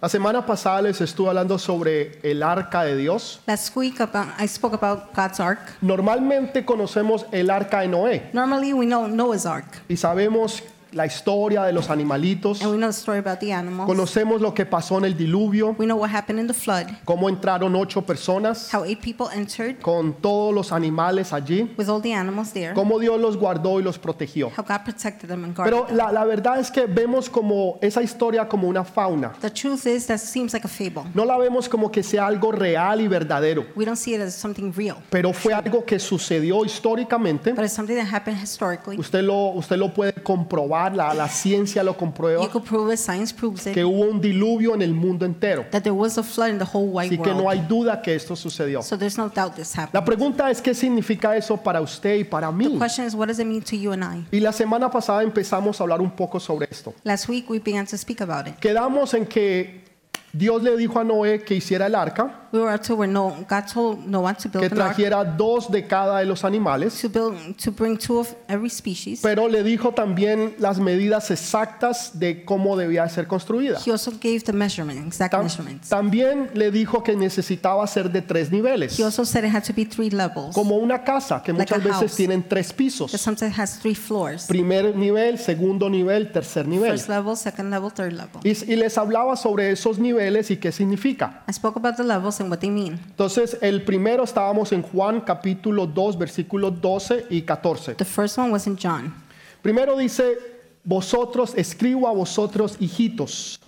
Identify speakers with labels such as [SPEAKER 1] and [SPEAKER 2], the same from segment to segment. [SPEAKER 1] La semana pasada les estuve hablando sobre el arca de Dios.
[SPEAKER 2] Last week about, I spoke about God's ark.
[SPEAKER 1] Normalmente conocemos el arca de Noé
[SPEAKER 2] Normally we know Noah's ark
[SPEAKER 1] y sabemos la historia de los animalitos,
[SPEAKER 2] and we know the story about the animals.
[SPEAKER 1] conocemos lo que pasó en el diluvio,
[SPEAKER 2] we know what happened in the flood,
[SPEAKER 1] cómo entraron ocho personas
[SPEAKER 2] how eight people entered
[SPEAKER 1] con todos los animales allí,
[SPEAKER 2] with all the animals there,
[SPEAKER 1] cómo Dios los guardó y los protegió.
[SPEAKER 2] how God protected them and guarded
[SPEAKER 1] Pero
[SPEAKER 2] them.
[SPEAKER 1] la, la verdad es que vemos como esa historia como una fauna.
[SPEAKER 2] The truth is that seems like a fable.
[SPEAKER 1] No la vemos como que sea algo real y verdadero,
[SPEAKER 2] We don't see it as something real,
[SPEAKER 1] pero fue algo que sucedió históricamente.
[SPEAKER 2] but it's something that happened historically.
[SPEAKER 1] Usted lo, usted lo puede comprobar, la, la ciencia lo
[SPEAKER 2] You
[SPEAKER 1] comprueba,
[SPEAKER 2] could prove it, science proves
[SPEAKER 1] que
[SPEAKER 2] it,
[SPEAKER 1] hubo un diluvio en el mundo entero.
[SPEAKER 2] that there was a flood in the whole wide
[SPEAKER 1] Así que no
[SPEAKER 2] world.
[SPEAKER 1] hay duda que esto sucedió.
[SPEAKER 2] So there's no doubt this happened.
[SPEAKER 1] La pregunta es qué significa eso para usted y para
[SPEAKER 2] The
[SPEAKER 1] mí.
[SPEAKER 2] question is, what does it mean to you and I?
[SPEAKER 1] Y la semana pasada empezamos a hablar un poco sobre esto.
[SPEAKER 2] Last week we began to speak about it.
[SPEAKER 1] Quedamos en que Dios le dijo a Noé que hiciera el arca,
[SPEAKER 2] We were up to where no, God told Noah to build
[SPEAKER 1] que
[SPEAKER 2] an ark,
[SPEAKER 1] trajera dos de cada de los animales,
[SPEAKER 2] to build, to bring two of every species.
[SPEAKER 1] pero le dijo también las medidas exactas de cómo debía ser construida.
[SPEAKER 2] He also gave the measurement, exact
[SPEAKER 1] Tam-
[SPEAKER 2] measurements.
[SPEAKER 1] También le dijo que necesitaba ser de tres niveles.
[SPEAKER 2] He also said it had to be three levels.
[SPEAKER 1] como una casa que
[SPEAKER 2] Like
[SPEAKER 1] muchas
[SPEAKER 2] a
[SPEAKER 1] veces
[SPEAKER 2] house.
[SPEAKER 1] tienen tres
[SPEAKER 2] That
[SPEAKER 1] pisos.
[SPEAKER 2] sometimes has three floors.
[SPEAKER 1] Primer nivel, segundo nivel, tercer nivel.
[SPEAKER 2] First level, second level, third level.
[SPEAKER 1] Y, y les hablaba sobre esos niveles y qué significa.
[SPEAKER 2] I spoke about the levels and what they mean.
[SPEAKER 1] Entonces, el primero estábamos en Juan capítulo 2, versículos 12 y 14.
[SPEAKER 2] The first one was in John.
[SPEAKER 1] Primero dice, vosotros, escribo a vosotros hijitos,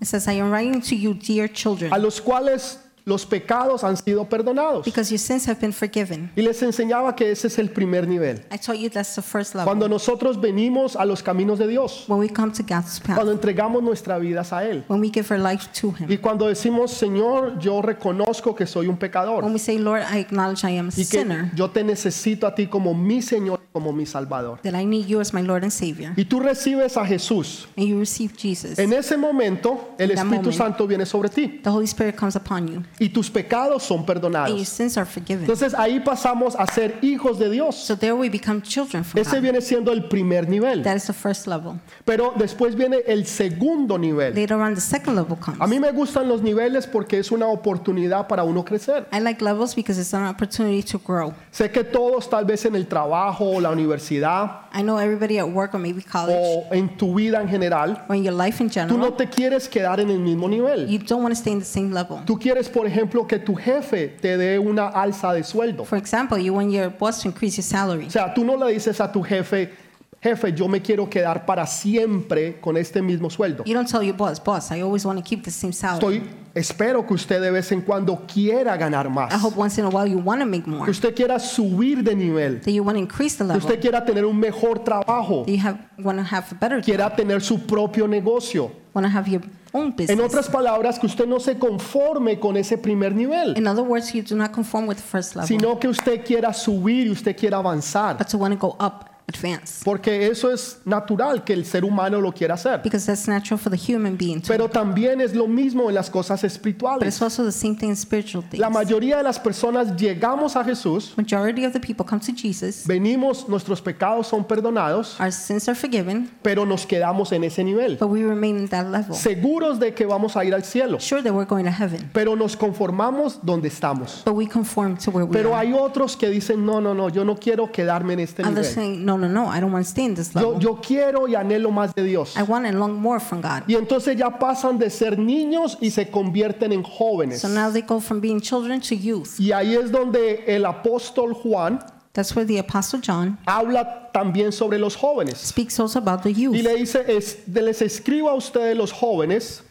[SPEAKER 2] It says, I am writing to you, dear children,
[SPEAKER 1] a los cuales los pecados han sido perdonados.
[SPEAKER 2] because your sins have been forgiven.
[SPEAKER 1] Y les enseñaba que ese es el primer nivel.
[SPEAKER 2] I told you that's the first level.
[SPEAKER 1] Cuando nosotros venimos a los caminos de Dios,
[SPEAKER 2] When we come to God's
[SPEAKER 1] cuando
[SPEAKER 2] path,
[SPEAKER 1] entregamos nuestras vidas a Él.
[SPEAKER 2] when we give our life to
[SPEAKER 1] Y
[SPEAKER 2] Him,
[SPEAKER 1] cuando decimos, Señor, yo reconozco que soy un
[SPEAKER 2] when
[SPEAKER 1] pecador
[SPEAKER 2] we say, Lord, I acknowledge I am a
[SPEAKER 1] y que
[SPEAKER 2] sinner,
[SPEAKER 1] yo te necesito a ti como mi Señor, como mi Salvador.
[SPEAKER 2] that I need you as my Lord and Savior,
[SPEAKER 1] Y tú recibes a Jesús.
[SPEAKER 2] and you receive Jesus,
[SPEAKER 1] En ese momento, el
[SPEAKER 2] That
[SPEAKER 1] Espíritu
[SPEAKER 2] moment.
[SPEAKER 1] Santo viene sobre ti
[SPEAKER 2] the Holy Spirit comes upon you,
[SPEAKER 1] y tus pecados son
[SPEAKER 2] and your
[SPEAKER 1] perdonados.
[SPEAKER 2] sins are forgiven.
[SPEAKER 1] Entonces ahí pasamos a ser hijos de Dios.
[SPEAKER 2] So there we become children from
[SPEAKER 1] Ese
[SPEAKER 2] God.
[SPEAKER 1] viene siendo el primer nivel.
[SPEAKER 2] That is the first level.
[SPEAKER 1] Pero después viene el segundo nivel.
[SPEAKER 2] Later on, the second level
[SPEAKER 1] A
[SPEAKER 2] comes.
[SPEAKER 1] mí me gustan los niveles porque es una oportunidad para uno crecer.
[SPEAKER 2] I like levels because it's an opportunity to grow.
[SPEAKER 1] Sé que todos tal vez en el trabajo o la universidad
[SPEAKER 2] I know everybody at work or maybe college
[SPEAKER 1] o en tu vida en general,
[SPEAKER 2] or in your life in
[SPEAKER 1] Oh. tú no
[SPEAKER 2] general,
[SPEAKER 1] te quieres quedar en el mismo nivel.
[SPEAKER 2] you don't want to stay in the same level.
[SPEAKER 1] Tú quieres, por ejemplo, que tu jefe te dé una alza de sueldo.
[SPEAKER 2] For example, you want your boss to increase your salary.
[SPEAKER 1] O sea, tú no le dices a tu jefe, jefe, yo me quiero quedar para siempre con este mismo sueldo.
[SPEAKER 2] You don't tell your boss, boss, I always want to keep the same salary.
[SPEAKER 1] Estoy, espero que usted de vez en cuando quiera ganar más.
[SPEAKER 2] I hope once in a while you want to make more,
[SPEAKER 1] Que usted quiera subir de nivel.
[SPEAKER 2] that you want to increase the
[SPEAKER 1] Que
[SPEAKER 2] level,
[SPEAKER 1] usted quiera tener un mejor trabajo.
[SPEAKER 2] that you have, want to have a better job,
[SPEAKER 1] Quiera tener su propio negocio.
[SPEAKER 2] want to have your own
[SPEAKER 1] En
[SPEAKER 2] business.
[SPEAKER 1] otras palabras, que usted no se conforme con ese primer nivel.
[SPEAKER 2] In other words, you do not conform with the first level,
[SPEAKER 1] sino que usted quiera subir y usted quiera avanzar,
[SPEAKER 2] but to want to go up, advance,
[SPEAKER 1] porque eso es natural que el ser humano lo quiera hacer.
[SPEAKER 2] because that's natural for the human being to
[SPEAKER 1] Pero también es lo mismo en las cosas
[SPEAKER 2] But it's
[SPEAKER 1] espirituales.
[SPEAKER 2] also the same thing in spiritual things.
[SPEAKER 1] La mayoría de las personas llegamos a Jesús,
[SPEAKER 2] Majority of the people come to Jesus.
[SPEAKER 1] venimos, nuestros pecados son perdonados,
[SPEAKER 2] Our sins are forgiven,
[SPEAKER 1] pero nos quedamos en ese nivel,
[SPEAKER 2] but we remain in that level.
[SPEAKER 1] seguros de que vamos a ir al cielo,
[SPEAKER 2] Sure that we're going to heaven,
[SPEAKER 1] pero nos conformamos donde estamos.
[SPEAKER 2] but we conform to where we
[SPEAKER 1] Pero
[SPEAKER 2] are.
[SPEAKER 1] hay otros que dicen, no, no, no, yo no quiero quedarme en este
[SPEAKER 2] Others
[SPEAKER 1] nivel.
[SPEAKER 2] saying, no, no, no, I don't want to stay in this
[SPEAKER 1] Yo,
[SPEAKER 2] level.
[SPEAKER 1] yo quiero y anhelo más de Dios.
[SPEAKER 2] I want and long more from God.
[SPEAKER 1] Y entonces ya pasan de ser niños y se convierten en jóvenes.
[SPEAKER 2] So now they go from being children to youth.
[SPEAKER 1] Y ahí es donde el apóstol Juan
[SPEAKER 2] That's where the Apostle John
[SPEAKER 1] habla también sobre los jóvenes.
[SPEAKER 2] speaks also about the
[SPEAKER 1] Y
[SPEAKER 2] youth.
[SPEAKER 1] le dice, es- les escribo a ustedes los jóvenes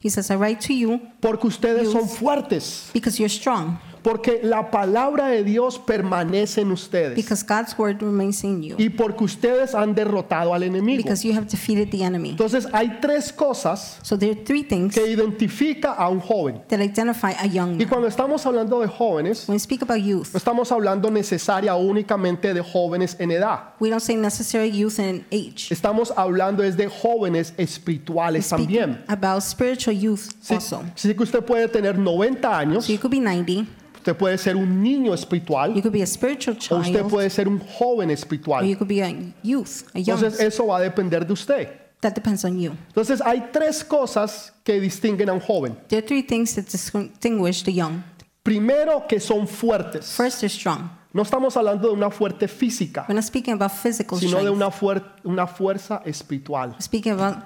[SPEAKER 2] He says, I write to you
[SPEAKER 1] porque ustedes son
[SPEAKER 2] Youth.
[SPEAKER 1] fuertes,
[SPEAKER 2] because you're strong,
[SPEAKER 1] porque la palabra de Dios permanece en ustedes
[SPEAKER 2] because God's word remains in you,
[SPEAKER 1] y porque ustedes han derrotado al enemigo.
[SPEAKER 2] because you have defeated the enemy.
[SPEAKER 1] Entonces hay tres cosas
[SPEAKER 2] So there are three things
[SPEAKER 1] que identifica a un joven.
[SPEAKER 2] that identify a young
[SPEAKER 1] Y
[SPEAKER 2] man.
[SPEAKER 1] cuando estamos hablando de jóvenes,
[SPEAKER 2] When we speak about youth,
[SPEAKER 1] no estamos hablando necesaria únicamente de jóvenes en edad.
[SPEAKER 2] We don't say necessary youth and age.
[SPEAKER 1] Estamos hablando es de jóvenes
[SPEAKER 2] We
[SPEAKER 1] espirituales
[SPEAKER 2] speak
[SPEAKER 1] también.
[SPEAKER 2] about spiritual youth
[SPEAKER 1] Sí,
[SPEAKER 2] also.
[SPEAKER 1] sí que usted puede tener 90 años,
[SPEAKER 2] So you could be 90,
[SPEAKER 1] usted puede ser un niño
[SPEAKER 2] you
[SPEAKER 1] espiritual
[SPEAKER 2] could be a spiritual
[SPEAKER 1] o usted
[SPEAKER 2] child,
[SPEAKER 1] puede ser un joven
[SPEAKER 2] or you
[SPEAKER 1] espiritual.
[SPEAKER 2] could be a youth, a young.
[SPEAKER 1] Entonces eso va a depender de usted.
[SPEAKER 2] That depends on you.
[SPEAKER 1] Entonces hay tres cosas que distinguen a un joven.
[SPEAKER 2] There are three things that distinguish the young.
[SPEAKER 1] Primero, que son fuertes.
[SPEAKER 2] First, they're strong.
[SPEAKER 1] No estamos hablando de una fuerte física,
[SPEAKER 2] We're not speaking about physical
[SPEAKER 1] sino de
[SPEAKER 2] strength.
[SPEAKER 1] una, fuer- una fuerza espiritual.
[SPEAKER 2] We're speaking about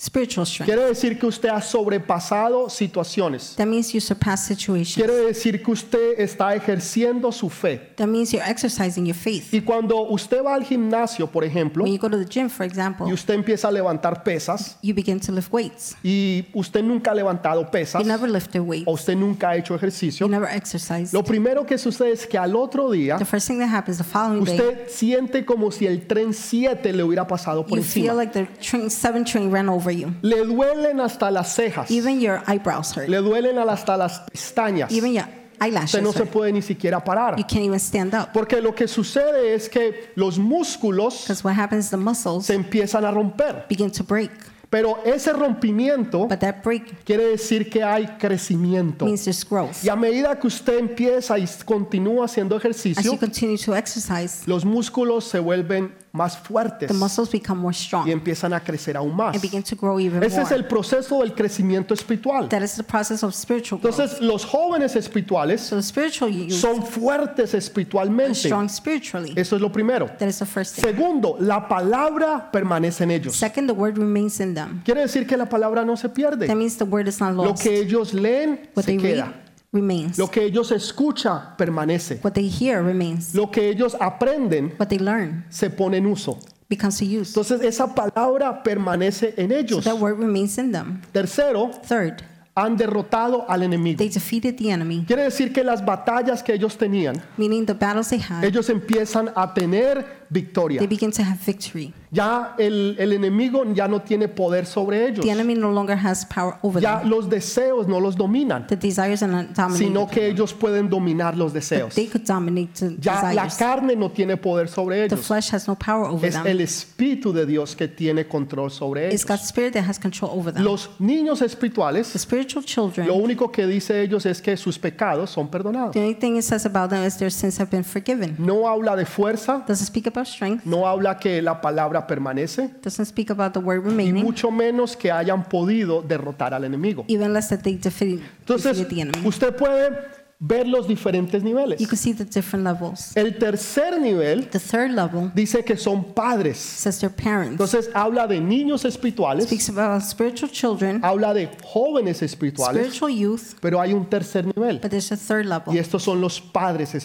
[SPEAKER 2] spiritual strength.
[SPEAKER 1] Quiere decir que usted ha sobrepasado situaciones.
[SPEAKER 2] That means you surpass situations.
[SPEAKER 1] Quiere decir que usted está ejerciendo su fe.
[SPEAKER 2] That means you're exercising your faith.
[SPEAKER 1] Y cuando usted va al gimnasio, por ejemplo,
[SPEAKER 2] When you go to the gym, for example,
[SPEAKER 1] y usted empieza a levantar pesas,
[SPEAKER 2] you begin to lift weights.
[SPEAKER 1] y usted nunca ha levantado pesas,
[SPEAKER 2] You never lifted weights.
[SPEAKER 1] o usted nunca ha hecho
[SPEAKER 2] You
[SPEAKER 1] ejercicio,
[SPEAKER 2] never exercised.
[SPEAKER 1] lo primero que sucede es que al otro día
[SPEAKER 2] The first thing that happens the following day,
[SPEAKER 1] usted siente como si el tren 7 le hubiera pasado por
[SPEAKER 2] you feel
[SPEAKER 1] encima.
[SPEAKER 2] like the train, seven train ran over you.
[SPEAKER 1] Le duelen hasta las cejas,
[SPEAKER 2] Even your eyebrows hurt.
[SPEAKER 1] le duelen hasta las pestañas.
[SPEAKER 2] Even your eyelashes
[SPEAKER 1] Usted no se
[SPEAKER 2] hurt.
[SPEAKER 1] puede ni siquiera parar.
[SPEAKER 2] You can't even stand up.
[SPEAKER 1] Porque lo que sucede es que los músculos
[SPEAKER 2] Because what happens, the muscles
[SPEAKER 1] se empiezan a romper.
[SPEAKER 2] begin to break.
[SPEAKER 1] Pero ese rompimiento
[SPEAKER 2] But that break
[SPEAKER 1] quiere decir que hay crecimiento.
[SPEAKER 2] means there's growth.
[SPEAKER 1] Y a medida que usted empieza y continúa haciendo
[SPEAKER 2] As you
[SPEAKER 1] ejercicio,
[SPEAKER 2] continue to exercise,
[SPEAKER 1] los músculos se vuelven más fuertes
[SPEAKER 2] the muscles become more
[SPEAKER 1] y
[SPEAKER 2] strong
[SPEAKER 1] empiezan a crecer aún más.
[SPEAKER 2] and begin to grow even
[SPEAKER 1] Ese es el
[SPEAKER 2] more.
[SPEAKER 1] proceso del crecimiento espiritual.
[SPEAKER 2] That is the process of spiritual growth.
[SPEAKER 1] Entonces, los jóvenes espirituales
[SPEAKER 2] So the spiritual youth
[SPEAKER 1] son fuertes
[SPEAKER 2] are
[SPEAKER 1] espiritualmente.
[SPEAKER 2] strong spiritually.
[SPEAKER 1] Eso es lo primero.
[SPEAKER 2] That is the first thing.
[SPEAKER 1] Segundo, la palabra permanece en ellos.
[SPEAKER 2] Second, the word remains in them.
[SPEAKER 1] Quiere decir que la palabra no se
[SPEAKER 2] That
[SPEAKER 1] pierde.
[SPEAKER 2] means the word is not
[SPEAKER 1] Lo
[SPEAKER 2] lost.
[SPEAKER 1] que ellos leen
[SPEAKER 2] What
[SPEAKER 1] se
[SPEAKER 2] they read
[SPEAKER 1] queda.
[SPEAKER 2] remains.
[SPEAKER 1] Lo que ellos escuchan permanece.
[SPEAKER 2] What they hear remains.
[SPEAKER 1] Lo que ellos aprenden
[SPEAKER 2] What they learn
[SPEAKER 1] se pone en uso.
[SPEAKER 2] becomes a use.
[SPEAKER 1] Entonces esa palabra permanece en ellos.
[SPEAKER 2] That word remains in them.
[SPEAKER 1] Tercero,
[SPEAKER 2] Third,
[SPEAKER 1] han derrotado al enemigo.
[SPEAKER 2] they defeated the enemy,
[SPEAKER 1] Quiere decir que las batallas que ellos tenían,
[SPEAKER 2] meaning the battles they had,
[SPEAKER 1] ellos empiezan a tener victoria.
[SPEAKER 2] they begin to have victory.
[SPEAKER 1] Ya el, el enemigo ya no tiene poder sobre ellos.
[SPEAKER 2] The enemy no longer has power over
[SPEAKER 1] Ya
[SPEAKER 2] them.
[SPEAKER 1] los deseos no los dominan,
[SPEAKER 2] The desires are not
[SPEAKER 1] sino
[SPEAKER 2] dominating.
[SPEAKER 1] que ellos pueden dominar los deseos.
[SPEAKER 2] They could dominate the
[SPEAKER 1] Ya la
[SPEAKER 2] desires.
[SPEAKER 1] carne no tiene poder sobre
[SPEAKER 2] The
[SPEAKER 1] ellos.
[SPEAKER 2] flesh has no power over
[SPEAKER 1] Es
[SPEAKER 2] them.
[SPEAKER 1] el Espíritu de Dios que tiene control sobre
[SPEAKER 2] It's
[SPEAKER 1] ellos.
[SPEAKER 2] God's spirit that has control over them.
[SPEAKER 1] Los niños
[SPEAKER 2] The
[SPEAKER 1] espirituales,
[SPEAKER 2] spiritual
[SPEAKER 1] lo
[SPEAKER 2] children,
[SPEAKER 1] único que dice ellos es que sus pecados son perdonados.
[SPEAKER 2] the only thing it says about them is their sins have been forgiven.
[SPEAKER 1] No habla de fuerza,
[SPEAKER 2] Doesn't speak about strength.
[SPEAKER 1] no habla que la palabra permanece,
[SPEAKER 2] Doesn't speak about the word
[SPEAKER 1] y
[SPEAKER 2] remaining.
[SPEAKER 1] mucho menos que hayan podido derrotar al enemigo.
[SPEAKER 2] even less that they defeat,
[SPEAKER 1] Entonces,
[SPEAKER 2] defeated the enemy.
[SPEAKER 1] usted puede ver los diferentes niveles.
[SPEAKER 2] You can see the different levels.
[SPEAKER 1] El tercer nivel
[SPEAKER 2] The third level
[SPEAKER 1] dice que son padres.
[SPEAKER 2] says their parents.
[SPEAKER 1] Entonces habla de niños espirituales,
[SPEAKER 2] Speaks about spiritual children,
[SPEAKER 1] habla de jóvenes espirituales,
[SPEAKER 2] spiritual youth,
[SPEAKER 1] pero hay un tercer nivel.
[SPEAKER 2] but there's a third level.
[SPEAKER 1] Y estos son los padres
[SPEAKER 2] Those are the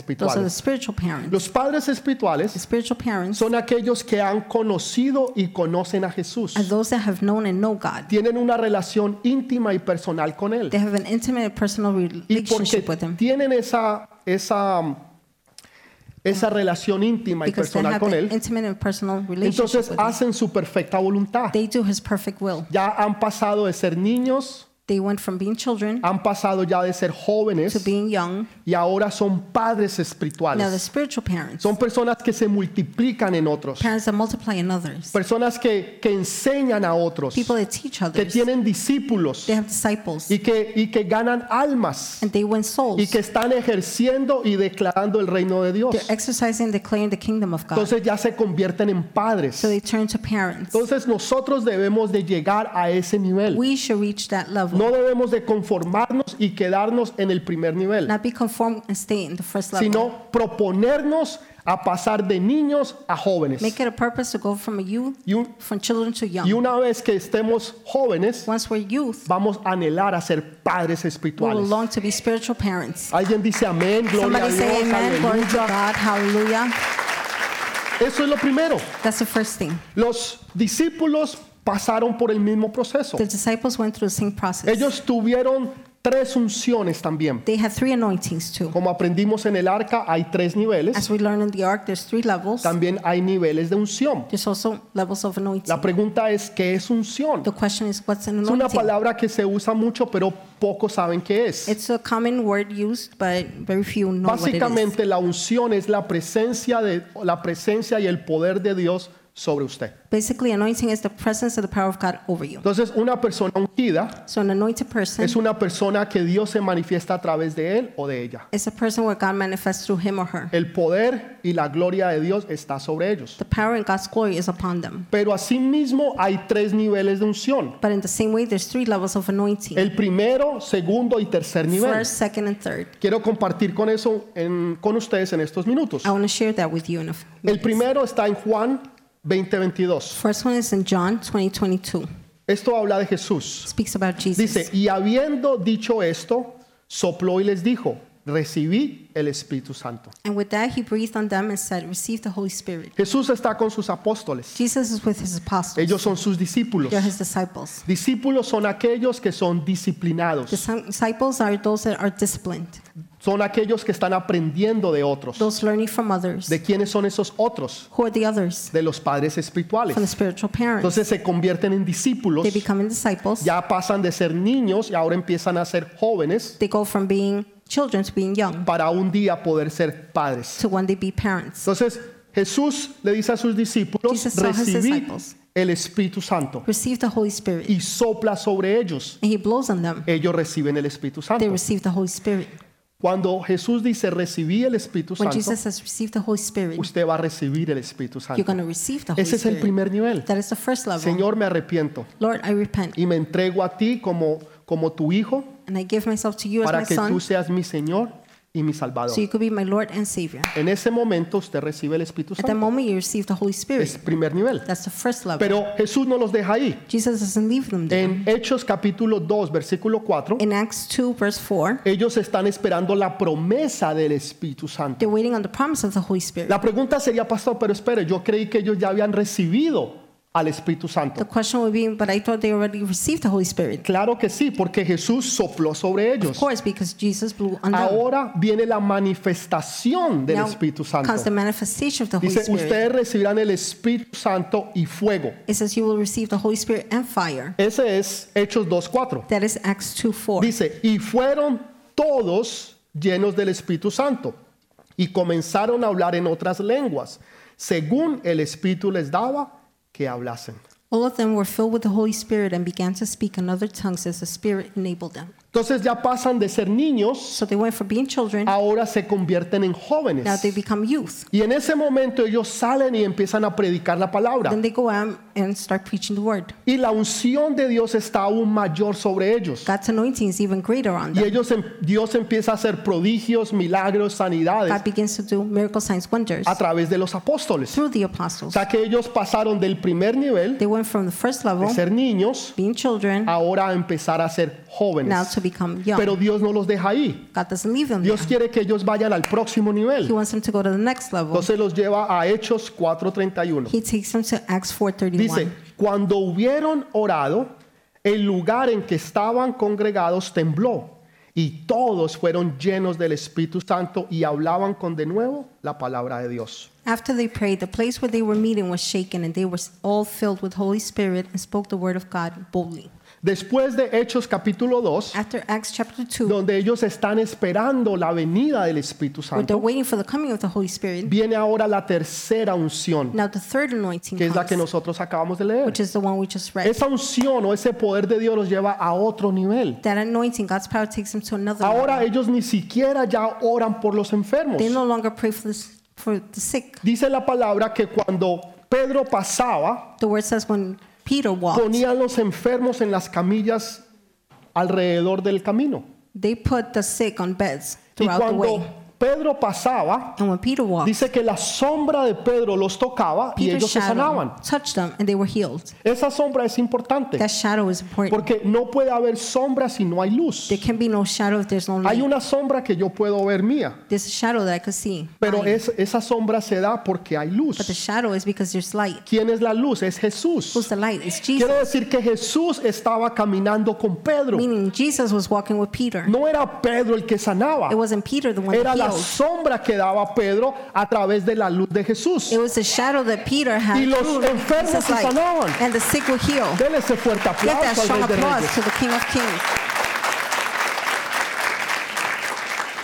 [SPEAKER 1] espirituales.
[SPEAKER 2] spiritual parents.
[SPEAKER 1] Los padres
[SPEAKER 2] The
[SPEAKER 1] espirituales
[SPEAKER 2] spiritual parents
[SPEAKER 1] son aquellos que han conocido y conocen a Jesús.
[SPEAKER 2] are those that have known and know God.
[SPEAKER 1] Tienen una relación íntima y personal con Él.
[SPEAKER 2] They have an intimate and personal
[SPEAKER 1] Y porque
[SPEAKER 2] relationship with Him.
[SPEAKER 1] tienen esa, esa, esa relación íntima y
[SPEAKER 2] Ah. Because they
[SPEAKER 1] personal
[SPEAKER 2] have
[SPEAKER 1] con
[SPEAKER 2] an
[SPEAKER 1] Él,
[SPEAKER 2] intimate and personal relationship
[SPEAKER 1] entonces
[SPEAKER 2] with Him.
[SPEAKER 1] hacen su perfecta voluntad.
[SPEAKER 2] They do His perfect will.
[SPEAKER 1] Ya han pasado de ser niños,
[SPEAKER 2] They went from being children
[SPEAKER 1] han pasado ya de ser
[SPEAKER 2] to
[SPEAKER 1] jóvenes
[SPEAKER 2] being young.
[SPEAKER 1] y ahora son padres
[SPEAKER 2] Now the
[SPEAKER 1] espirituales.
[SPEAKER 2] spiritual parents,
[SPEAKER 1] Son personas que se multiplican en otros,
[SPEAKER 2] parents that multiply in others,
[SPEAKER 1] personas que, que enseñan a otros,
[SPEAKER 2] people that teach
[SPEAKER 1] que
[SPEAKER 2] others.
[SPEAKER 1] tienen discípulos
[SPEAKER 2] They have disciples
[SPEAKER 1] y que, y que ganan almas
[SPEAKER 2] and they win souls.
[SPEAKER 1] y que están ejerciendo y declarando el reino de Dios.
[SPEAKER 2] They're exercising, declaring the kingdom of God.
[SPEAKER 1] Entonces ya se convierten en padres.
[SPEAKER 2] So they turn to parents.
[SPEAKER 1] Entonces nosotros debemos de llegar a ese nivel.
[SPEAKER 2] We should reach that level,
[SPEAKER 1] No debemos de conformarnos y quedarnos en el primer nivel,
[SPEAKER 2] not be conformed and stay in the first level.
[SPEAKER 1] sino proponernos a pasar de niños a jóvenes.
[SPEAKER 2] Make it a purpose to go from a youth,
[SPEAKER 1] Y, un-
[SPEAKER 2] from children to
[SPEAKER 1] y
[SPEAKER 2] young.
[SPEAKER 1] una vez que estemos jóvenes,
[SPEAKER 2] Once we're youth,
[SPEAKER 1] vamos a anhelar a ser padres
[SPEAKER 2] we will
[SPEAKER 1] espirituales.
[SPEAKER 2] long to be spiritual parents.
[SPEAKER 1] Alguien dice amén, gloria a
[SPEAKER 2] Somebody
[SPEAKER 1] Dios,
[SPEAKER 2] say amen, glory to
[SPEAKER 1] aleluya.
[SPEAKER 2] God, hallelujah.
[SPEAKER 1] Eso es lo primero.
[SPEAKER 2] That's the first thing.
[SPEAKER 1] Los discípulos pasaron por el mismo proceso.
[SPEAKER 2] The disciples went through the same process.
[SPEAKER 1] Ellos tuvieron tres unciones también.
[SPEAKER 2] They had three anointings too.
[SPEAKER 1] Como aprendimos en el arca, hay tres
[SPEAKER 2] As
[SPEAKER 1] niveles.
[SPEAKER 2] we learn in the ark, there's three levels.
[SPEAKER 1] También hay niveles de unción.
[SPEAKER 2] There's also levels of
[SPEAKER 1] La
[SPEAKER 2] anointing.
[SPEAKER 1] pregunta es, ¿qué es unción?
[SPEAKER 2] The question is, what's an
[SPEAKER 1] Es una
[SPEAKER 2] anointing?
[SPEAKER 1] palabra que se usa mucho, pero pocos saben qué es.
[SPEAKER 2] It's a common word used, but very few know what it is.
[SPEAKER 1] Básicamente la unción es la presencia de la presencia y el poder de Dios sobre usted.
[SPEAKER 2] Basically, anointing is the presence of the power of God over you.
[SPEAKER 1] Entonces, una persona ungida
[SPEAKER 2] So an anointed person
[SPEAKER 1] es una persona que Dios se manifiesta a través de él o de ella.
[SPEAKER 2] is a person where God manifests through him or her.
[SPEAKER 1] El poder y la gloria de Dios está sobre ellos.
[SPEAKER 2] The power and God's glory is upon them.
[SPEAKER 1] Pero asimismo hay tres niveles de unción.
[SPEAKER 2] But in the same way, there's three levels of anointing.
[SPEAKER 1] El primero, segundo y tercer nivel.
[SPEAKER 2] First, second, and third.
[SPEAKER 1] Quiero compartir con eso en- con ustedes en estos minutos.
[SPEAKER 2] I want to share that with you in a few
[SPEAKER 1] El
[SPEAKER 2] minutes.
[SPEAKER 1] primero está en Juan 20:22.
[SPEAKER 2] First one is in John 20, 22.
[SPEAKER 1] Esto habla de Jesús.
[SPEAKER 2] Speaks about Jesus.
[SPEAKER 1] Dice, y habiendo dicho esto, sopló y les dijo, recibí el Espíritu Santo.
[SPEAKER 2] And with that, he breathed on them and said, Receive the Holy Spirit.
[SPEAKER 1] Jesús está con sus apóstoles.
[SPEAKER 2] Jesus is with his apostles.
[SPEAKER 1] Ellos son sus discípulos.
[SPEAKER 2] They're his disciples.
[SPEAKER 1] Discípulos son aquellos que son disciplinados.
[SPEAKER 2] Dis- Disciples are those that are disciplined,
[SPEAKER 1] Son aquellos que están aprendiendo de otros.
[SPEAKER 2] those learning from others.
[SPEAKER 1] ¿De quiénes son esos otros?
[SPEAKER 2] Who are the others?
[SPEAKER 1] De los padres espirituales.
[SPEAKER 2] From the spiritual parents.
[SPEAKER 1] Entonces se convierten en discípulos.
[SPEAKER 2] They become disciples.
[SPEAKER 1] Ya pasan de ser niños y ahora empiezan a ser jóvenes
[SPEAKER 2] They go from being children to being young
[SPEAKER 1] para un día poder ser padres.
[SPEAKER 2] to one day be parents.
[SPEAKER 1] Entonces Jesús le dice a sus discípulos,
[SPEAKER 2] Jesus told his
[SPEAKER 1] recibí
[SPEAKER 2] disciples.
[SPEAKER 1] el Espíritu Santo
[SPEAKER 2] Receive the Holy Spirit.
[SPEAKER 1] y sopla sobre ellos.
[SPEAKER 2] And he blows on them.
[SPEAKER 1] Ellos reciben el Espíritu
[SPEAKER 2] They
[SPEAKER 1] Santo.
[SPEAKER 2] receive the Holy Spirit.
[SPEAKER 1] Cuando Jesús dice, recibí el Espíritu
[SPEAKER 2] When
[SPEAKER 1] Santo,
[SPEAKER 2] Jesus says, Receive the Holy Spirit,
[SPEAKER 1] Eh, usted va a recibir el Espíritu
[SPEAKER 2] you're
[SPEAKER 1] Santo.
[SPEAKER 2] going to receive the Holy
[SPEAKER 1] Ese es el
[SPEAKER 2] Spirit.
[SPEAKER 1] primer nivel.
[SPEAKER 2] That is the first level.
[SPEAKER 1] Señor, me arrepiento
[SPEAKER 2] Lord, I repent.
[SPEAKER 1] y me entrego a ti como, como tu hijo
[SPEAKER 2] And I give myself to you as my
[SPEAKER 1] para que tú
[SPEAKER 2] son,
[SPEAKER 1] seas mi Señor y mi Salvador.
[SPEAKER 2] so you could be my Lord and Savior.
[SPEAKER 1] En ese momento usted recibe el Espíritu
[SPEAKER 2] At that
[SPEAKER 1] Santo.
[SPEAKER 2] moment, you receive the Holy Spirit.
[SPEAKER 1] Es primer nivel.
[SPEAKER 2] That's the first level.
[SPEAKER 1] Pero Jesús no los deja ahí.
[SPEAKER 2] Jesus doesn't leave them there.
[SPEAKER 1] En Hechos capítulo 2, versículo 4,
[SPEAKER 2] In Acts 2, verse 4,
[SPEAKER 1] ellos están esperando la promesa del Espíritu Santo.
[SPEAKER 2] they're waiting on the promise of the Holy Spirit.
[SPEAKER 1] La pregunta sería, pastor, pero espere, yo creí que ellos ya habían recibido al Espíritu
[SPEAKER 2] The
[SPEAKER 1] Santo.
[SPEAKER 2] question would be, but I thought they already received the Holy Spirit.
[SPEAKER 1] Claro que sí, porque Jesús sopló sobre
[SPEAKER 2] Of
[SPEAKER 1] ellos.
[SPEAKER 2] course, because Jesus blew on them.
[SPEAKER 1] Ahora viene la manifestación del
[SPEAKER 2] Now
[SPEAKER 1] Espíritu
[SPEAKER 2] comes the
[SPEAKER 1] Santo.
[SPEAKER 2] manifestation of the Holy
[SPEAKER 1] Dice,
[SPEAKER 2] Spirit.
[SPEAKER 1] ustedes recibirán el Espíritu Santo y fuego.
[SPEAKER 2] It says you will receive the Holy Spirit and fire.
[SPEAKER 1] Ese es Hechos 2.4.
[SPEAKER 2] That is Acts 2, 4.
[SPEAKER 1] Dice, y fueron todos llenos del Espíritu Santo y comenzaron a hablar en otras lenguas, según el Espíritu les daba que hablasen.
[SPEAKER 2] All of them were filled with the Holy Spirit and began to speak in other tongues as the Spirit enabled them.
[SPEAKER 1] Entonces ya pasan de ser niños,
[SPEAKER 2] So they went from being children,
[SPEAKER 1] ahora se convierten en
[SPEAKER 2] now they
[SPEAKER 1] jóvenes.
[SPEAKER 2] become youth.
[SPEAKER 1] Y en ese momento ellos salen y empiezan a predicar la palabra.
[SPEAKER 2] Then they go out and start preaching the word.
[SPEAKER 1] Y la unción de Dios está aún mayor sobre ellos.
[SPEAKER 2] God's anointing is even greater
[SPEAKER 1] Y
[SPEAKER 2] on them.
[SPEAKER 1] ellos, em- Dios empieza a hacer prodigios, milagros, sanidades
[SPEAKER 2] God begins to do miracle signs, wonders
[SPEAKER 1] a través de los apóstoles.
[SPEAKER 2] through the
[SPEAKER 1] O
[SPEAKER 2] apostles.
[SPEAKER 1] sea que ellos pasaron del primer nivel
[SPEAKER 2] They went from the first
[SPEAKER 1] de
[SPEAKER 2] level,
[SPEAKER 1] ser niños
[SPEAKER 2] being children,
[SPEAKER 1] ahora a empezar a ser
[SPEAKER 2] now
[SPEAKER 1] jóvenes.
[SPEAKER 2] to become young.
[SPEAKER 1] Pero Dios no los deja ahí.
[SPEAKER 2] God doesn't leave them there.
[SPEAKER 1] Dios quiere que ellos vayan al próximo
[SPEAKER 2] He
[SPEAKER 1] nivel.
[SPEAKER 2] wants them to go to the next level.
[SPEAKER 1] Entonces los lleva a Hechos 4:31.
[SPEAKER 2] He takes them to Acts 4.31.
[SPEAKER 1] Dice, cuando hubieron orado, el lugar en que estaban congregados tembló y todos fueron llenos del Espíritu Santo y hablaban con de nuevo la palabra de Dios.
[SPEAKER 2] After they prayed, the place where they were meeting was shaken, and they were all filled with Holy Spirit and spoke the word of God boldly.
[SPEAKER 1] Después de Hechos capítulo 2,
[SPEAKER 2] After Acts chapter 2,
[SPEAKER 1] donde ellos están esperando la venida del Espíritu
[SPEAKER 2] where they're
[SPEAKER 1] Santo,
[SPEAKER 2] waiting for the coming of the Holy Spirit,
[SPEAKER 1] viene ahora la tercera unción.
[SPEAKER 2] now the third anointing
[SPEAKER 1] que es la que
[SPEAKER 2] comes,
[SPEAKER 1] nosotros acabamos de leer.
[SPEAKER 2] which is the one we just read.
[SPEAKER 1] Esa unción o ese poder de Dios los lleva a otro nivel.
[SPEAKER 2] That anointing, God's power takes them to another level.
[SPEAKER 1] Ahora ellos ni siquiera ya oran por los enfermos.
[SPEAKER 2] They no longer pray for, this, for the sick.
[SPEAKER 1] Dice la palabra que cuando Pedro pasaba,
[SPEAKER 2] The word says when Peter walked,
[SPEAKER 1] ponían los enfermos en las camillas alrededor del camino.
[SPEAKER 2] they put the sick on beds
[SPEAKER 1] Y
[SPEAKER 2] throughout the
[SPEAKER 1] cuando
[SPEAKER 2] way.
[SPEAKER 1] Pedro pasaba,
[SPEAKER 2] And when Peter walked,
[SPEAKER 1] dice que la sombra de Pedro los tocaba y
[SPEAKER 2] Peter's
[SPEAKER 1] ellos se
[SPEAKER 2] shadow
[SPEAKER 1] sanaban.
[SPEAKER 2] touched them and they were healed.
[SPEAKER 1] Esa sombra es importante
[SPEAKER 2] That shadow is important.
[SPEAKER 1] porque no puede haber sombra si no hay luz.
[SPEAKER 2] There can be no shadow if there's no
[SPEAKER 1] Hay
[SPEAKER 2] light.
[SPEAKER 1] una sombra que yo puedo ver mía.
[SPEAKER 2] There's a shadow that I could see.
[SPEAKER 1] Pero
[SPEAKER 2] Light.
[SPEAKER 1] es- esa sombra se da porque hay
[SPEAKER 2] but the
[SPEAKER 1] luz.
[SPEAKER 2] shadow is because there's light.
[SPEAKER 1] ¿Quién es la luz? Es
[SPEAKER 2] Who's
[SPEAKER 1] Jesús.
[SPEAKER 2] the light? It's Jesus.
[SPEAKER 1] Quiero decir que Jesús estaba caminando con Pedro.
[SPEAKER 2] Meaning Jesus was walking with Peter.
[SPEAKER 1] No era Pedro el que sanaba.
[SPEAKER 2] It wasn't Peter the one
[SPEAKER 1] Era
[SPEAKER 2] that
[SPEAKER 1] la
[SPEAKER 2] healed.
[SPEAKER 1] sombra que daba Pedro a través de la luz de Jesús.
[SPEAKER 2] It was the shadow that Peter had.
[SPEAKER 1] Y los
[SPEAKER 2] through
[SPEAKER 1] enfermos
[SPEAKER 2] Jesus'
[SPEAKER 1] se
[SPEAKER 2] light.
[SPEAKER 1] sanaban.
[SPEAKER 2] And the sick were healed.
[SPEAKER 1] Dele ese fuerte
[SPEAKER 2] Give that
[SPEAKER 1] aplauso al
[SPEAKER 2] strong
[SPEAKER 1] Rey de
[SPEAKER 2] applause
[SPEAKER 1] Reyes.
[SPEAKER 2] to the King of Kings.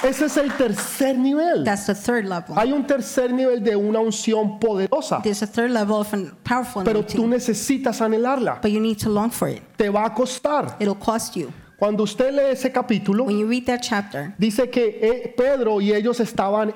[SPEAKER 1] Ese es el tercer nivel.
[SPEAKER 2] That's the third level.
[SPEAKER 1] Hay un tercer nivel de una unción poderosa,
[SPEAKER 2] There's a third level of an powerful
[SPEAKER 1] pero tú
[SPEAKER 2] anointing,
[SPEAKER 1] necesitas anhelarla.
[SPEAKER 2] but you need to long for it.
[SPEAKER 1] Te va a costar.
[SPEAKER 2] It'll cost you.
[SPEAKER 1] Cuando usted lee ese capítulo,
[SPEAKER 2] When you read that chapter,
[SPEAKER 1] dice que eh, Pedro y ellos estaban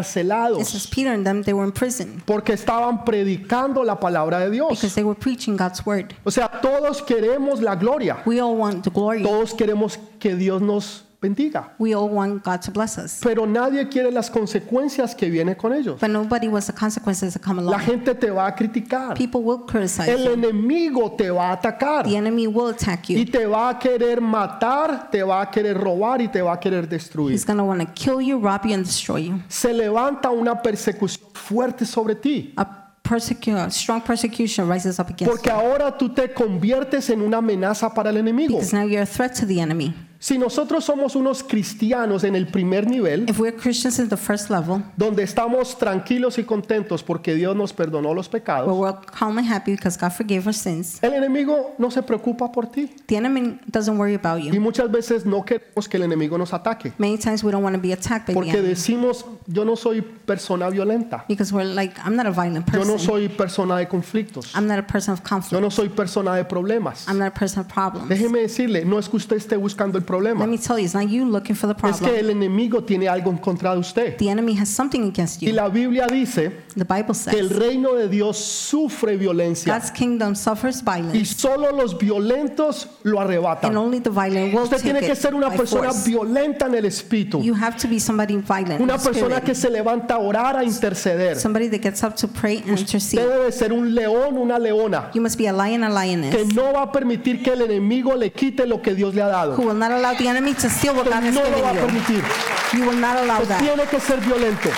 [SPEAKER 2] it says
[SPEAKER 1] encarcelados
[SPEAKER 2] Peter and them, they were in prison
[SPEAKER 1] porque estaban predicando la palabra de
[SPEAKER 2] because
[SPEAKER 1] Dios.
[SPEAKER 2] they were preaching God's word.
[SPEAKER 1] O sea, todos queremos la gloria.
[SPEAKER 2] We all want the glory.
[SPEAKER 1] Todos queremos que Dios nos bendiga.
[SPEAKER 2] We all want God to bless us.
[SPEAKER 1] Pero nadie quiere las consecuencias que vienen con ellos.
[SPEAKER 2] But nobody wants the consequences that come
[SPEAKER 1] La
[SPEAKER 2] along.
[SPEAKER 1] gente te va a criticar.
[SPEAKER 2] People will criticize
[SPEAKER 1] El
[SPEAKER 2] you.
[SPEAKER 1] enemigo te va a atacar.
[SPEAKER 2] The enemy will attack
[SPEAKER 1] Y
[SPEAKER 2] you.
[SPEAKER 1] te va a querer matar, te va a querer robar y te va a querer destruir.
[SPEAKER 2] He's going to want to kill you, rob you, and destroy you.
[SPEAKER 1] Se levanta una persecución fuerte sobre ti.
[SPEAKER 2] A persecu- a strong persecution rises up against
[SPEAKER 1] Porque
[SPEAKER 2] you.
[SPEAKER 1] ahora tú te conviertes en una amenaza para el enemigo.
[SPEAKER 2] Because now you're a threat to the enemy.
[SPEAKER 1] Si nosotros somos unos cristianos en el primer nivel,
[SPEAKER 2] If we're Christians in the first level,
[SPEAKER 1] donde estamos tranquilos y contentos porque Dios nos perdonó los
[SPEAKER 2] where
[SPEAKER 1] pecados,
[SPEAKER 2] we're calm and happy because God forgave our sins,
[SPEAKER 1] el enemigo no se preocupa por ti.
[SPEAKER 2] the enemy doesn't worry about
[SPEAKER 1] Y
[SPEAKER 2] you.
[SPEAKER 1] muchas veces no queremos que el enemigo nos ataque.
[SPEAKER 2] Many times we don't want to be attacked by the
[SPEAKER 1] Porque
[SPEAKER 2] enemy
[SPEAKER 1] decimos, yo no soy persona violenta,
[SPEAKER 2] because we're like, I'm not a violent
[SPEAKER 1] yo no
[SPEAKER 2] person.
[SPEAKER 1] soy persona de conflictos.
[SPEAKER 2] I'm not a person of
[SPEAKER 1] Yo
[SPEAKER 2] conflict.
[SPEAKER 1] no soy persona de problemas.
[SPEAKER 2] I'm not a person of problems.
[SPEAKER 1] Déjeme decirle, no es que usted esté buscando el
[SPEAKER 2] Let
[SPEAKER 1] problema.
[SPEAKER 2] me tell you, it's not you looking for the
[SPEAKER 1] Es que
[SPEAKER 2] problem.
[SPEAKER 1] el enemigo tiene algo en contra de usted.
[SPEAKER 2] The enemy has something against
[SPEAKER 1] Y
[SPEAKER 2] you.
[SPEAKER 1] la Biblia dice
[SPEAKER 2] The Bible
[SPEAKER 1] que el
[SPEAKER 2] says
[SPEAKER 1] reino de Dios sufre violencia
[SPEAKER 2] God's kingdom suffers
[SPEAKER 1] y
[SPEAKER 2] violence,
[SPEAKER 1] solo los violentos lo
[SPEAKER 2] and
[SPEAKER 1] arrebatan.
[SPEAKER 2] only the violent will
[SPEAKER 1] Usted
[SPEAKER 2] take
[SPEAKER 1] tiene que
[SPEAKER 2] it
[SPEAKER 1] ser una
[SPEAKER 2] by
[SPEAKER 1] persona
[SPEAKER 2] force.
[SPEAKER 1] violenta en el espíritu.
[SPEAKER 2] You have to be somebody violent, in
[SPEAKER 1] Una
[SPEAKER 2] the
[SPEAKER 1] persona
[SPEAKER 2] spirit.
[SPEAKER 1] que se levanta a orar, a interceder.
[SPEAKER 2] somebody that gets up to pray and intercede.
[SPEAKER 1] Debe de ser un león, una leona,
[SPEAKER 2] You must be a lion, a
[SPEAKER 1] que
[SPEAKER 2] lioness,
[SPEAKER 1] no va a permitir que el enemigo le quite lo que Dios le ha dado.
[SPEAKER 2] who will not allow the enemy to steal what
[SPEAKER 1] Que
[SPEAKER 2] God has
[SPEAKER 1] no lo va a
[SPEAKER 2] given you.
[SPEAKER 1] permitir.
[SPEAKER 2] You will not allow
[SPEAKER 1] Usted
[SPEAKER 2] that.
[SPEAKER 1] tiene que ser violento.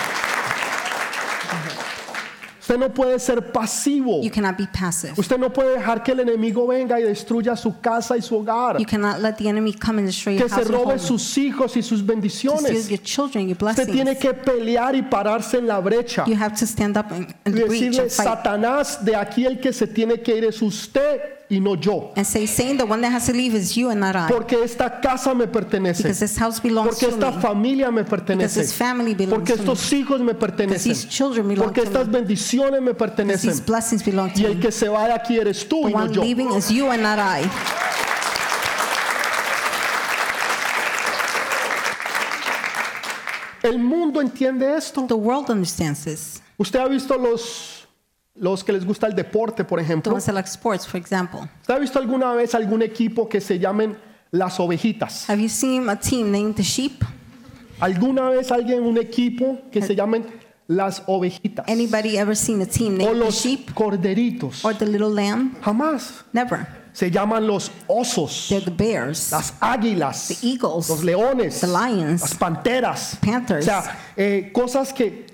[SPEAKER 1] Usted no puede ser pasivo.
[SPEAKER 2] You cannot be passive.
[SPEAKER 1] Usted no puede dejar que el enemigo venga y destruya su casa y su hogar.
[SPEAKER 2] You cannot let the enemy come and destroy your
[SPEAKER 1] Que se
[SPEAKER 2] house and
[SPEAKER 1] robe
[SPEAKER 2] home,
[SPEAKER 1] sus hijos y sus
[SPEAKER 2] to steal
[SPEAKER 1] bendiciones.
[SPEAKER 2] your children, your
[SPEAKER 1] Usted tiene
[SPEAKER 2] blessings.
[SPEAKER 1] que pelear y pararse en la brecha.
[SPEAKER 2] You have to stand up and,
[SPEAKER 1] Y
[SPEAKER 2] and preach
[SPEAKER 1] decirle,
[SPEAKER 2] and fight.
[SPEAKER 1] Satanás, de aquí el que se tiene que ir es usted y no yo.
[SPEAKER 2] and say, saying the one that has to leave is you and not I.
[SPEAKER 1] Porque esta casa me pertenece.
[SPEAKER 2] Because this house belongs
[SPEAKER 1] Porque
[SPEAKER 2] to
[SPEAKER 1] esta
[SPEAKER 2] me.
[SPEAKER 1] familia me
[SPEAKER 2] Because this
[SPEAKER 1] pertenece.
[SPEAKER 2] family belongs
[SPEAKER 1] Porque
[SPEAKER 2] to me.
[SPEAKER 1] estos hijos me
[SPEAKER 2] Because these
[SPEAKER 1] pertenecen.
[SPEAKER 2] children belong
[SPEAKER 1] Porque
[SPEAKER 2] to
[SPEAKER 1] estas
[SPEAKER 2] me.
[SPEAKER 1] bendiciones me
[SPEAKER 2] Because
[SPEAKER 1] pertenecen.
[SPEAKER 2] these blessings belong
[SPEAKER 1] Y
[SPEAKER 2] to
[SPEAKER 1] el
[SPEAKER 2] me.
[SPEAKER 1] que se va de aquí eres tú
[SPEAKER 2] The
[SPEAKER 1] y no
[SPEAKER 2] one
[SPEAKER 1] yo.
[SPEAKER 2] leaving is you and not I.
[SPEAKER 1] El mundo entiende esto.
[SPEAKER 2] The world understands this.
[SPEAKER 1] Usted ha visto los los que les gusta el deporte, por
[SPEAKER 2] The
[SPEAKER 1] ejemplo.
[SPEAKER 2] ones that like sports, for example.
[SPEAKER 1] ¿Usted ha visto alguna vez algún equipo que se llamen las ovejitas?
[SPEAKER 2] Have you seen a team named the sheep?
[SPEAKER 1] ¿Alguna vez alguien un equipo que se llamen las ovejitas?
[SPEAKER 2] Anybody ever seen a team
[SPEAKER 1] O
[SPEAKER 2] named the
[SPEAKER 1] los
[SPEAKER 2] sheep
[SPEAKER 1] corderitos.
[SPEAKER 2] or the little lamb?
[SPEAKER 1] Jamás.
[SPEAKER 2] Never.
[SPEAKER 1] Se llaman los osos,
[SPEAKER 2] They're the bears,
[SPEAKER 1] las águilas,
[SPEAKER 2] the eagles,
[SPEAKER 1] los leones,
[SPEAKER 2] the lions,
[SPEAKER 1] las panteras. O
[SPEAKER 2] panthers.
[SPEAKER 1] sea, eh, cosas que,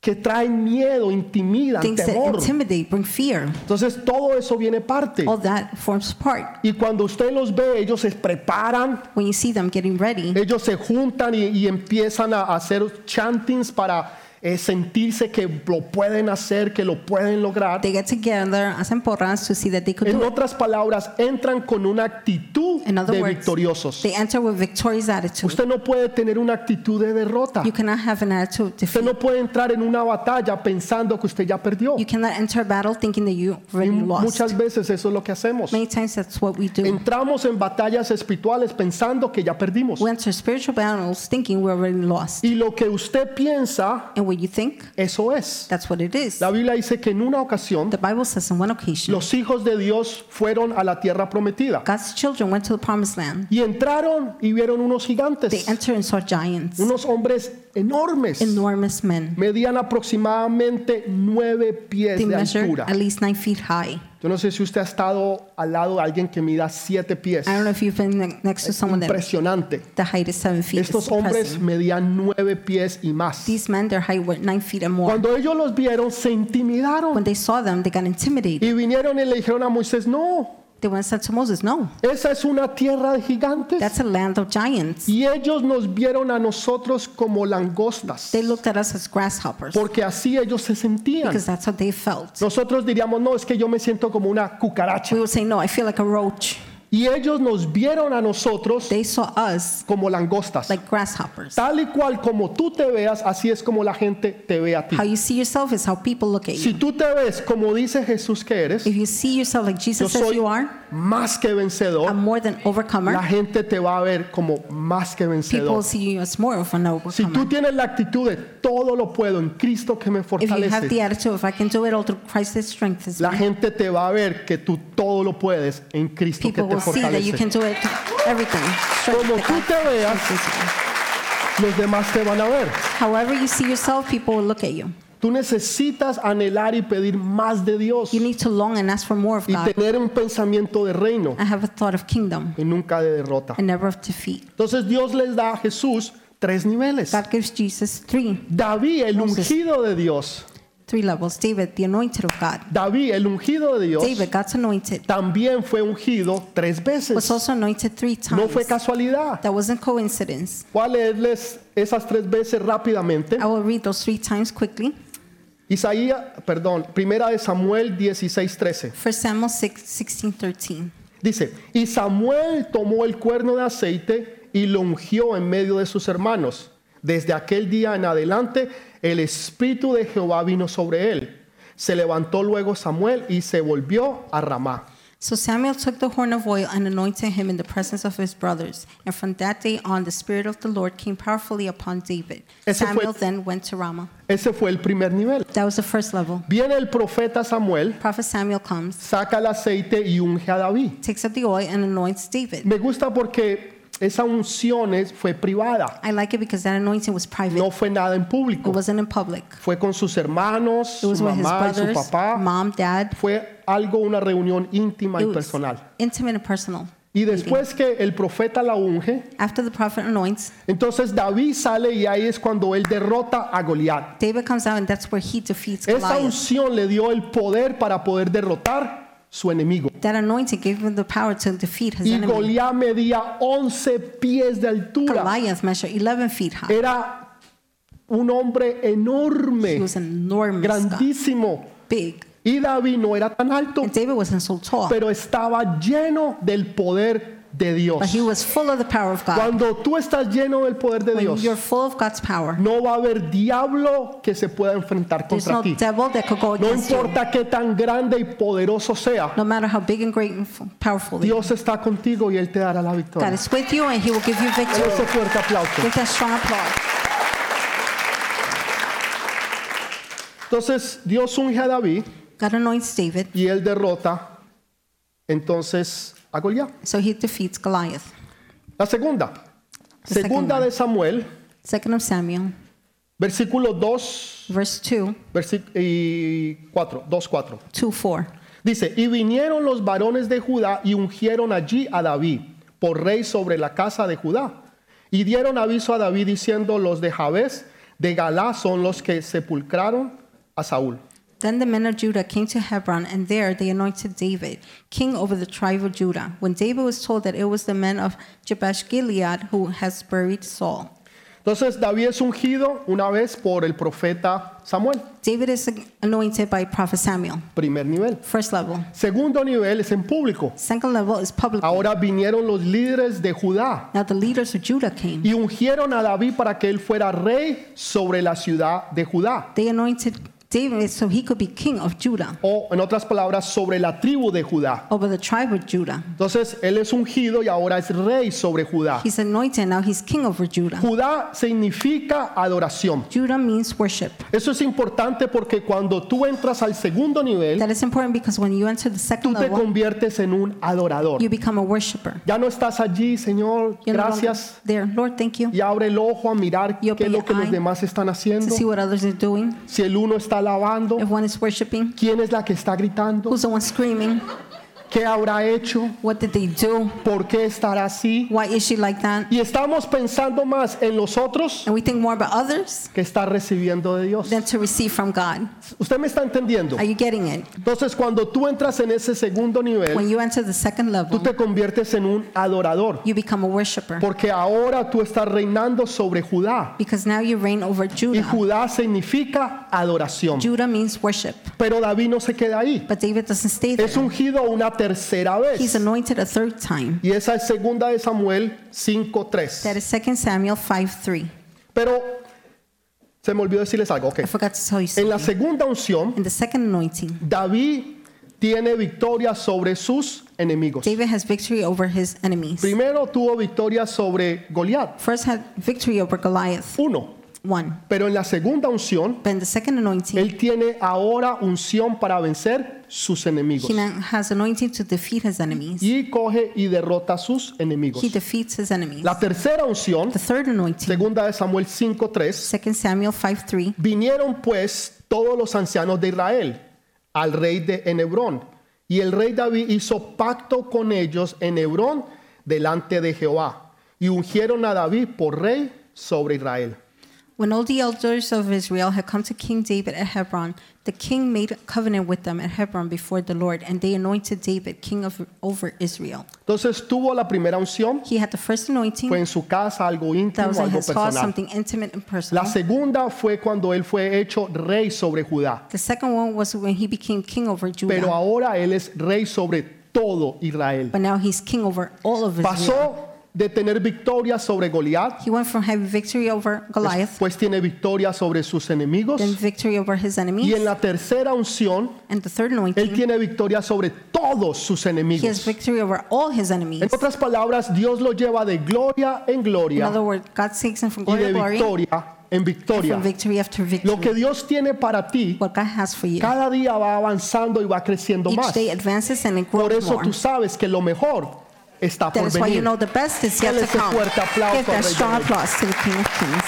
[SPEAKER 1] que traen miedo, intimidan,
[SPEAKER 2] Things that
[SPEAKER 1] temor.
[SPEAKER 2] intimidate, bring fear.
[SPEAKER 1] Entonces todo eso viene parte.
[SPEAKER 2] All that forms part.
[SPEAKER 1] Y cuando usted los ve, ellos se preparan,
[SPEAKER 2] When you see them getting ready,
[SPEAKER 1] ellos se juntan y, y empiezan a hacer chantings para eh, sentirse que lo pueden hacer, que lo pueden lograr.
[SPEAKER 2] they get together, hacen porras to see that they could
[SPEAKER 1] En
[SPEAKER 2] do it.
[SPEAKER 1] otras palabras, entran con una actitud
[SPEAKER 2] In other
[SPEAKER 1] de
[SPEAKER 2] words,
[SPEAKER 1] victoriosos.
[SPEAKER 2] They enter with victorious attitude.
[SPEAKER 1] Usted no puede tener una actitud de derrota.
[SPEAKER 2] You cannot have an attitude of
[SPEAKER 1] Usted
[SPEAKER 2] defeat.
[SPEAKER 1] no puede entrar en una batalla pensando que usted ya perdió.
[SPEAKER 2] You cannot enter a battle thinking that you
[SPEAKER 1] Y
[SPEAKER 2] already lost.
[SPEAKER 1] Mm, muchas veces eso es lo que hacemos.
[SPEAKER 2] Many times that's what we do.
[SPEAKER 1] Entramos en batallas espirituales pensando que ya perdimos.
[SPEAKER 2] We enter spiritual battles thinking we're already lost.
[SPEAKER 1] Y lo que usted piensa,
[SPEAKER 2] And what you think,
[SPEAKER 1] eso es.
[SPEAKER 2] that's what it is.
[SPEAKER 1] La Biblia dice que en una ocasión
[SPEAKER 2] The Bible says on one occasion,
[SPEAKER 1] los hijos de Dios fueron a la tierra prometida
[SPEAKER 2] God's children went to the promised land.
[SPEAKER 1] y entraron y vieron unos
[SPEAKER 2] They
[SPEAKER 1] gigantes,
[SPEAKER 2] entered and saw giants,
[SPEAKER 1] unos hombres enormes.
[SPEAKER 2] enormous men.
[SPEAKER 1] Medían aproximadamente nueve pies
[SPEAKER 2] They
[SPEAKER 1] de
[SPEAKER 2] measured
[SPEAKER 1] altura.
[SPEAKER 2] at least nine feet high.
[SPEAKER 1] Yo no sé si usted ha estado al lado de alguien que mida siete pies.
[SPEAKER 2] I don't know if you've been ne- next to someone that
[SPEAKER 1] Impresionante.
[SPEAKER 2] the height is seven feet. It's
[SPEAKER 1] Estos hombres
[SPEAKER 2] impressive.
[SPEAKER 1] medían nueve pies y más.
[SPEAKER 2] These men, their height were nine feet and more.
[SPEAKER 1] Cuando ellos los vieron, se
[SPEAKER 2] When
[SPEAKER 1] intimidaron
[SPEAKER 2] they saw them, they got intimidated.
[SPEAKER 1] y vinieron y le dijeron a Moisés, no,
[SPEAKER 2] They went and said to Moses, No,
[SPEAKER 1] esa es una tierra de gigantes.
[SPEAKER 2] that's a land of giants.
[SPEAKER 1] Y ellos nos vieron a nosotros como langostas,
[SPEAKER 2] They looked at us as grasshoppers
[SPEAKER 1] porque así ellos se sentían.
[SPEAKER 2] because that's how they felt.
[SPEAKER 1] Nosotros diríamos, no, es que yo me siento como una cucaracha.
[SPEAKER 2] We would say, No, I feel like a roach.
[SPEAKER 1] Y Y ellos nos vieron a nosotros
[SPEAKER 2] They saw us
[SPEAKER 1] como langostas.
[SPEAKER 2] like grasshoppers.
[SPEAKER 1] Tal y cual como tú te veas, así es como la gente te ve a ti.
[SPEAKER 2] How you see yourself is how people look at
[SPEAKER 1] Si
[SPEAKER 2] you.
[SPEAKER 1] tú te ves como dice Jesús que eres,
[SPEAKER 2] If you see yourself like
[SPEAKER 1] yo
[SPEAKER 2] Jesus says
[SPEAKER 1] soy
[SPEAKER 2] you are,
[SPEAKER 1] más que
[SPEAKER 2] a
[SPEAKER 1] vencedor,
[SPEAKER 2] more than
[SPEAKER 1] la
[SPEAKER 2] overcomer,
[SPEAKER 1] gente te va a ver como más que
[SPEAKER 2] people
[SPEAKER 1] vencedor.
[SPEAKER 2] see you as more of an
[SPEAKER 1] Si tú
[SPEAKER 2] overcomer.
[SPEAKER 1] tienes la actitud de todo lo puedo en Cristo que me
[SPEAKER 2] If you have the
[SPEAKER 1] fortalece,
[SPEAKER 2] attitude, if I can do it all through Christ that strengthens
[SPEAKER 1] la
[SPEAKER 2] me,
[SPEAKER 1] gente te va a ver que tú todo lo puedes en Cristo que
[SPEAKER 2] people
[SPEAKER 1] te
[SPEAKER 2] will see that you
[SPEAKER 1] fortalece.
[SPEAKER 2] can do it everything. strength
[SPEAKER 1] Como
[SPEAKER 2] that
[SPEAKER 1] tú
[SPEAKER 2] God
[SPEAKER 1] te veas,
[SPEAKER 2] strengthens you.
[SPEAKER 1] los demás te van a ver.
[SPEAKER 2] However you see yourself, people will look at you.
[SPEAKER 1] Tú necesitas anhelar y pedir más de Dios
[SPEAKER 2] You need to long and ask for more of
[SPEAKER 1] y
[SPEAKER 2] God.
[SPEAKER 1] tener un pensamiento de reino
[SPEAKER 2] I have a thought of kingdom
[SPEAKER 1] y nunca de derrota.
[SPEAKER 2] and never of defeat.
[SPEAKER 1] Entonces Dios les da a Jesús tres niveles.
[SPEAKER 2] God gives Jesus three,
[SPEAKER 1] David, el
[SPEAKER 2] Entonces-
[SPEAKER 1] ungido de Dios,
[SPEAKER 2] three levels. David, the anointed of God.
[SPEAKER 1] David, el ungido de Dios,
[SPEAKER 2] David, God's anointed,
[SPEAKER 1] también fue ungido tres
[SPEAKER 2] was
[SPEAKER 1] veces.
[SPEAKER 2] also anointed three
[SPEAKER 1] No
[SPEAKER 2] times.
[SPEAKER 1] fue casualidad.
[SPEAKER 2] That wasn't coincidence.
[SPEAKER 1] Voy a leerles esas tres veces rápidamente.
[SPEAKER 2] I will read those three times quickly.
[SPEAKER 1] Isaías, perdón, primera de Samuel 16:13.
[SPEAKER 2] 1 Samuel 6, 16, 13.
[SPEAKER 1] Dice, y Samuel tomó el cuerno de aceite y lo ungió en medio de sus hermanos. Desde aquel día en adelante el espíritu de Jehová vino sobre él. Se levantó luego Samuel y se volvió a Ramá.
[SPEAKER 2] So Samuel took the horn of oil and anointed him in the presence of his brothers. And from that day on, the Spirit of the Lord came powerfully upon David.
[SPEAKER 1] Ese fue-
[SPEAKER 2] Samuel then went to Ramah.
[SPEAKER 1] Ese fue el primer nivel.
[SPEAKER 2] That was the first level.
[SPEAKER 1] Viene el profeta Samuel,
[SPEAKER 2] Prophet Samuel comes,
[SPEAKER 1] saca el aceite y unge a David.
[SPEAKER 2] takes up the oil, and anoints David.
[SPEAKER 1] Me gusta porque esa unción es- fue privada,
[SPEAKER 2] I like it because that anointing was private.
[SPEAKER 1] no fue nada en
[SPEAKER 2] It
[SPEAKER 1] público.
[SPEAKER 2] wasn't in public.
[SPEAKER 1] Fue con sus hermanos,
[SPEAKER 2] It
[SPEAKER 1] su
[SPEAKER 2] was with his
[SPEAKER 1] mamá y su
[SPEAKER 2] brothers,
[SPEAKER 1] papá.
[SPEAKER 2] mom, dad.
[SPEAKER 1] Fue algo, una reunión íntima
[SPEAKER 2] It
[SPEAKER 1] y
[SPEAKER 2] was
[SPEAKER 1] personal.
[SPEAKER 2] intimate and personal.
[SPEAKER 1] Y después que el profeta la unge,
[SPEAKER 2] After the prophet anoints,
[SPEAKER 1] entonces David sale y ahí es cuando él derrota a Goliat.
[SPEAKER 2] David comes out, and that's where he defeats
[SPEAKER 1] Esa
[SPEAKER 2] Goliath.
[SPEAKER 1] unción le dio el poder para poder derrotar su enemigo.
[SPEAKER 2] That anointing gave him the power to defeat his
[SPEAKER 1] Y
[SPEAKER 2] enemy.
[SPEAKER 1] Goliat medía 11 pies de altura.
[SPEAKER 2] Goliath measured 11 feet high.
[SPEAKER 1] Era un hombre
[SPEAKER 2] He
[SPEAKER 1] enorme,
[SPEAKER 2] was enormous, God,
[SPEAKER 1] grandísimo.
[SPEAKER 2] big.
[SPEAKER 1] Y David no era tan alto,
[SPEAKER 2] And David wasn't so tall,
[SPEAKER 1] pero estaba lleno del poder de Dios.
[SPEAKER 2] but he was full of the power of God.
[SPEAKER 1] Cuando tú estás lleno del poder de
[SPEAKER 2] When
[SPEAKER 1] Dios,
[SPEAKER 2] you're full of God's power,
[SPEAKER 1] no va a haber diablo que se pueda enfrentar
[SPEAKER 2] there's
[SPEAKER 1] contra
[SPEAKER 2] no
[SPEAKER 1] ti.
[SPEAKER 2] devil that could go
[SPEAKER 1] No
[SPEAKER 2] against you.
[SPEAKER 1] importa qué tan grande y poderoso sea,
[SPEAKER 2] No matter how big and great and f- powerful they are.
[SPEAKER 1] Dios está contigo y Él te dará la
[SPEAKER 2] God
[SPEAKER 1] victoria.
[SPEAKER 2] is with you and he will give you
[SPEAKER 1] Dale Ese
[SPEAKER 2] victory.
[SPEAKER 1] fuerte aplauso.
[SPEAKER 2] Give that strong applause.
[SPEAKER 1] Entonces Dios unge a David
[SPEAKER 2] God anoints David,
[SPEAKER 1] y él derrota entonces a Goliat.
[SPEAKER 2] so he defeats Goliath.
[SPEAKER 1] La segunda,
[SPEAKER 2] The second
[SPEAKER 1] segunda
[SPEAKER 2] one.
[SPEAKER 1] de Samuel,
[SPEAKER 2] Second of Samuel,
[SPEAKER 1] versículo 2
[SPEAKER 2] verse 2,
[SPEAKER 1] versi- y 4, 2, 4.
[SPEAKER 2] 2, 4.
[SPEAKER 1] Dice, y vinieron los varones de Judá y ungieron allí a David por rey sobre la casa de Judá. Y dieron aviso a David diciendo, los de Jabes de Galá son los que sepulcraron a Saúl.
[SPEAKER 2] Then the men of Judah came to Hebron, and there they anointed David, king over the tribe of Judah. When David was told that it was the men of Jabesh Gilead who has buried Saul,
[SPEAKER 1] Entonces David es ungido una vez por el profeta Samuel,
[SPEAKER 2] David is anointed by prophet Samuel.
[SPEAKER 1] primer nivel.
[SPEAKER 2] First level.
[SPEAKER 1] Segundo nivel es en público.
[SPEAKER 2] Second level is public.
[SPEAKER 1] Ahora vinieron los líderes de Judá
[SPEAKER 2] Now the leaders of Judah came.
[SPEAKER 1] y ungieron a David para que él fuera rey sobre la ciudad de Judá.
[SPEAKER 2] They anointed David so he could be king of Judah,
[SPEAKER 1] O en otras palabras, sobre la tribu de Judá.
[SPEAKER 2] over the tribe of Judah.
[SPEAKER 1] Entonces él es ungido y ahora es rey sobre Judá.
[SPEAKER 2] He's anointed, now he's king over Judah.
[SPEAKER 1] Judá significa adoración.
[SPEAKER 2] Judah means worship.
[SPEAKER 1] Eso es importante porque cuando tú entras al segundo nivel,
[SPEAKER 2] That is important because when you enter the second
[SPEAKER 1] tú te
[SPEAKER 2] level,
[SPEAKER 1] conviertes en un adorador.
[SPEAKER 2] you become a worshiper.
[SPEAKER 1] Ya no estás allí, Señor,
[SPEAKER 2] You're no longer
[SPEAKER 1] gracias.
[SPEAKER 2] There, Lord, thank you.
[SPEAKER 1] Y abre el ojo a mirar
[SPEAKER 2] You
[SPEAKER 1] qué es
[SPEAKER 2] open
[SPEAKER 1] lo
[SPEAKER 2] your
[SPEAKER 1] que los
[SPEAKER 2] eye
[SPEAKER 1] demás están haciendo.
[SPEAKER 2] to see what others are doing.
[SPEAKER 1] Si el uno está alabando,
[SPEAKER 2] If one is worshiping,
[SPEAKER 1] quién es la que está gritando,
[SPEAKER 2] who's the one screaming?
[SPEAKER 1] qué habrá hecho,
[SPEAKER 2] What did they do?
[SPEAKER 1] por qué estará así.
[SPEAKER 2] Why is she like that?
[SPEAKER 1] Y estamos pensando más en los otros
[SPEAKER 2] And we think more about others
[SPEAKER 1] que está recibiendo de Dios.
[SPEAKER 2] than to receive from God.
[SPEAKER 1] ¿Usted me está entendiendo?
[SPEAKER 2] Are you getting it?
[SPEAKER 1] Entonces, cuando tú entras en ese segundo nivel,
[SPEAKER 2] When you enter the second
[SPEAKER 1] tú
[SPEAKER 2] level,
[SPEAKER 1] te conviertes en un adorador,
[SPEAKER 2] you become a worshiper
[SPEAKER 1] porque ahora tú estás reinando sobre Judá.
[SPEAKER 2] because now you reign over
[SPEAKER 1] Y
[SPEAKER 2] Judah.
[SPEAKER 1] Judá significa adoración.
[SPEAKER 2] Judah means worship.
[SPEAKER 1] Pero David no se queda ahí.
[SPEAKER 2] But David doesn't stay
[SPEAKER 1] Es
[SPEAKER 2] there.
[SPEAKER 1] ungido una tercera
[SPEAKER 2] He's
[SPEAKER 1] vez.
[SPEAKER 2] anointed a third time.
[SPEAKER 1] Y esa es segunda de Samuel
[SPEAKER 2] That
[SPEAKER 1] 5.3.
[SPEAKER 2] is 2 Samuel 5 3.
[SPEAKER 1] Pero se me olvidó decirles algo. ok.
[SPEAKER 2] I forgot to tell you
[SPEAKER 1] En
[SPEAKER 2] something.
[SPEAKER 1] la segunda unción,
[SPEAKER 2] In the second anointing,
[SPEAKER 1] David tiene victoria sobre sus enemigos.
[SPEAKER 2] David has victory over his enemies.
[SPEAKER 1] Primero tuvo victoria sobre Goliat,
[SPEAKER 2] First had victory over Goliath,
[SPEAKER 1] uno.
[SPEAKER 2] one.
[SPEAKER 1] Pero en la segunda unción,
[SPEAKER 2] But in the second anointing,
[SPEAKER 1] él tiene ahora unción para vencer sus enemigos.
[SPEAKER 2] he now has anointing to defeat his enemies.
[SPEAKER 1] Y coge y derrota a sus enemigos.
[SPEAKER 2] He defeats his enemies.
[SPEAKER 1] La tercera unción,
[SPEAKER 2] The third anointing,
[SPEAKER 1] segunda de Samuel 5:3,
[SPEAKER 2] 2 Samuel 5 3.
[SPEAKER 1] vinieron pues todos los ancianos de Israel al rey de en Hebrón, y el rey David hizo pacto con ellos en Hebrón delante de Jehová, y ungieron a David por rey sobre Israel.
[SPEAKER 2] When all the elders of Israel had come to King David at Hebron, the king made a covenant with them at Hebron before the Lord, and they anointed David king of, over Israel.
[SPEAKER 1] Entonces tuvo la primera unción,
[SPEAKER 2] He had the first anointing
[SPEAKER 1] fue en su casa, algo
[SPEAKER 2] that
[SPEAKER 1] íntimo,
[SPEAKER 2] was in
[SPEAKER 1] algo
[SPEAKER 2] his house,
[SPEAKER 1] personal.
[SPEAKER 2] something intimate and
[SPEAKER 1] La
[SPEAKER 2] personal.
[SPEAKER 1] segunda fue cuando él fue hecho rey sobre Judá,
[SPEAKER 2] The second one was when he became king over
[SPEAKER 1] pero
[SPEAKER 2] Judah,
[SPEAKER 1] ahora él es rey sobre todo Israel.
[SPEAKER 2] but now he's king over all of Israel.
[SPEAKER 1] Pasó de tener victoria sobre Goliat,
[SPEAKER 2] He went from having victory over Goliath,
[SPEAKER 1] después tiene victoria sobre sus enemigos
[SPEAKER 2] then victory over his
[SPEAKER 1] y
[SPEAKER 2] enemies,
[SPEAKER 1] en la tercera unción
[SPEAKER 2] and the
[SPEAKER 1] él
[SPEAKER 2] third anointing,
[SPEAKER 1] tiene victoria sobre todos sus
[SPEAKER 2] he has
[SPEAKER 1] enemigos.
[SPEAKER 2] victory over all his
[SPEAKER 1] En
[SPEAKER 2] enemies.
[SPEAKER 1] otras palabras, Dios lo lleva de gloria en
[SPEAKER 2] In
[SPEAKER 1] gloria
[SPEAKER 2] other words, God takes him from
[SPEAKER 1] y
[SPEAKER 2] glory
[SPEAKER 1] de
[SPEAKER 2] to glory,
[SPEAKER 1] victoria en victoria.
[SPEAKER 2] from victory after
[SPEAKER 1] Lo que
[SPEAKER 2] victory.
[SPEAKER 1] Dios tiene para ti
[SPEAKER 2] What God has for you.
[SPEAKER 1] cada día va avanzando y va creciendo
[SPEAKER 2] Each
[SPEAKER 1] más.
[SPEAKER 2] day advances and it
[SPEAKER 1] Por
[SPEAKER 2] grows
[SPEAKER 1] eso
[SPEAKER 2] more.
[SPEAKER 1] tú sabes que lo mejor está
[SPEAKER 2] That
[SPEAKER 1] por
[SPEAKER 2] is why
[SPEAKER 1] venir.
[SPEAKER 2] you know the best is yet
[SPEAKER 1] Dale
[SPEAKER 2] to
[SPEAKER 1] ese
[SPEAKER 2] come.
[SPEAKER 1] fuerte aplauso al
[SPEAKER 2] Give that
[SPEAKER 1] Rey
[SPEAKER 2] strong
[SPEAKER 1] David.
[SPEAKER 2] applause to the King of Kings.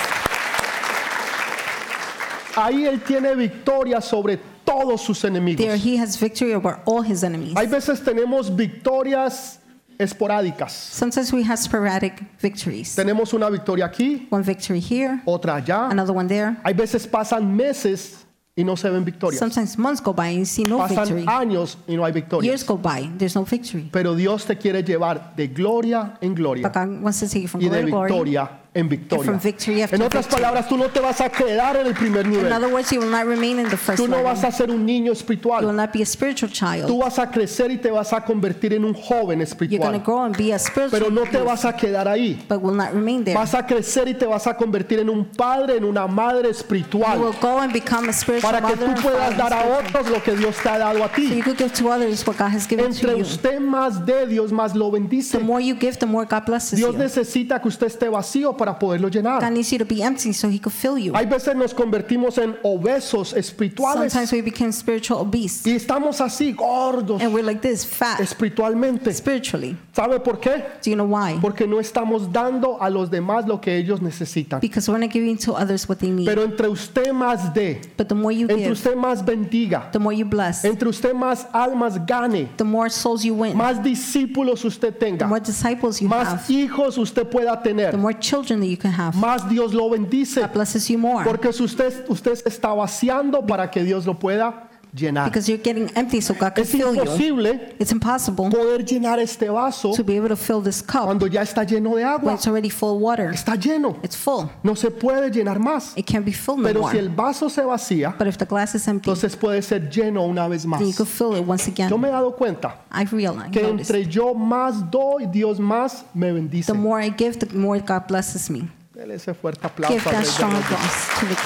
[SPEAKER 1] Ahí él tiene victoria sobre todos sus enemigos.
[SPEAKER 2] There he has victory over all his enemies.
[SPEAKER 1] Hay veces tenemos victorias esporádicas.
[SPEAKER 2] Sometimes we have sporadic victories.
[SPEAKER 1] Tenemos una victoria aquí,
[SPEAKER 2] One victory here,
[SPEAKER 1] otra allá.
[SPEAKER 2] another one there.
[SPEAKER 1] Hay veces pasan meses y no se ven victorias.
[SPEAKER 2] Sometimes months go by and you see no victory.
[SPEAKER 1] Pasan años y no hay victorias.
[SPEAKER 2] Years go by, there's no victory.
[SPEAKER 1] Pero Dios te quiere llevar de gloria en gloria
[SPEAKER 2] But God wants to take you from
[SPEAKER 1] y de
[SPEAKER 2] glory to glory.
[SPEAKER 1] victoria en victoria.
[SPEAKER 2] from victory after
[SPEAKER 1] En otras
[SPEAKER 2] victory.
[SPEAKER 1] palabras, tú no te vas a quedar en el primer
[SPEAKER 2] In
[SPEAKER 1] nivel.
[SPEAKER 2] other words, you will not remain in the first
[SPEAKER 1] Tú no
[SPEAKER 2] level.
[SPEAKER 1] vas a ser un niño
[SPEAKER 2] You will
[SPEAKER 1] espiritual.
[SPEAKER 2] not be a spiritual
[SPEAKER 1] Tú
[SPEAKER 2] child.
[SPEAKER 1] vas a crecer y te vas a convertir en un joven
[SPEAKER 2] You're going
[SPEAKER 1] espiritual.
[SPEAKER 2] to grow and be a spiritual
[SPEAKER 1] Pero no te
[SPEAKER 2] youth,
[SPEAKER 1] vas a quedar ahí.
[SPEAKER 2] but will not remain there.
[SPEAKER 1] Vas a crecer y te vas a convertir en un padre, en una madre
[SPEAKER 2] You
[SPEAKER 1] espiritual,
[SPEAKER 2] will go and become a spiritual
[SPEAKER 1] para que
[SPEAKER 2] mother
[SPEAKER 1] tú
[SPEAKER 2] and
[SPEAKER 1] puedas
[SPEAKER 2] father
[SPEAKER 1] dar a
[SPEAKER 2] spiritual.
[SPEAKER 1] otros lo que Dios te ha dado a
[SPEAKER 2] So
[SPEAKER 1] ti.
[SPEAKER 2] you could give to others what God has given
[SPEAKER 1] Entre
[SPEAKER 2] to you.
[SPEAKER 1] usted más de Dios, más lo
[SPEAKER 2] The
[SPEAKER 1] bendice.
[SPEAKER 2] more you give, the more God blesses
[SPEAKER 1] Dios
[SPEAKER 2] you.
[SPEAKER 1] necesita que usted esté vacío para poderlo
[SPEAKER 2] God
[SPEAKER 1] llenar.
[SPEAKER 2] needs you to be empty so He could fill you.
[SPEAKER 1] Hay veces nos convertimos en obesos espirituales
[SPEAKER 2] Sometimes we become spiritual obese
[SPEAKER 1] y estamos así gordos
[SPEAKER 2] and we're like this, fat
[SPEAKER 1] espiritualmente.
[SPEAKER 2] spiritually.
[SPEAKER 1] ¿Sabe por qué?
[SPEAKER 2] Do you know why?
[SPEAKER 1] Porque no estamos dando a los demás lo que ellos necesitan.
[SPEAKER 2] Because we're not giving to others what they need.
[SPEAKER 1] Pero entre usted más de,
[SPEAKER 2] But the more you
[SPEAKER 1] entre
[SPEAKER 2] give,
[SPEAKER 1] usted más bendiga,
[SPEAKER 2] the more you bless,
[SPEAKER 1] entre usted más almas gane,
[SPEAKER 2] the more souls you win,
[SPEAKER 1] más discípulos usted
[SPEAKER 2] the
[SPEAKER 1] tenga,
[SPEAKER 2] more disciples you
[SPEAKER 1] más
[SPEAKER 2] have,
[SPEAKER 1] hijos usted pueda
[SPEAKER 2] the
[SPEAKER 1] tener,
[SPEAKER 2] more children that you can have.
[SPEAKER 1] más Dios lo bendice.
[SPEAKER 2] God blesses you more
[SPEAKER 1] Porque si usted, usted se está vaciando para que Dios lo pueda llenar.
[SPEAKER 2] because you're getting empty so God can
[SPEAKER 1] Es
[SPEAKER 2] fill you.
[SPEAKER 1] imposible
[SPEAKER 2] It's impossible
[SPEAKER 1] poder llenar este vaso
[SPEAKER 2] to be able to fill this cup
[SPEAKER 1] cuando ya está lleno de
[SPEAKER 2] when
[SPEAKER 1] agua.
[SPEAKER 2] it's already full of water.
[SPEAKER 1] Está lleno.
[SPEAKER 2] It's full.
[SPEAKER 1] No se puede llenar más.
[SPEAKER 2] It can't be filled no
[SPEAKER 1] Pero
[SPEAKER 2] more.
[SPEAKER 1] si el vaso se vacía,
[SPEAKER 2] But if the glass is empty,
[SPEAKER 1] entonces puede ser lleno una vez más.
[SPEAKER 2] then you could fill it once
[SPEAKER 1] Yo
[SPEAKER 2] again.
[SPEAKER 1] me he dado cuenta
[SPEAKER 2] I realize
[SPEAKER 1] que
[SPEAKER 2] noticed,
[SPEAKER 1] entre yo más doy, Dios más me bendice.
[SPEAKER 2] the more I give, the more God blesses me.
[SPEAKER 1] Dele ese fuerte
[SPEAKER 2] Give
[SPEAKER 1] aplauso. al
[SPEAKER 2] that
[SPEAKER 1] Rey de
[SPEAKER 2] strong
[SPEAKER 1] Reyes.
[SPEAKER 2] applause to the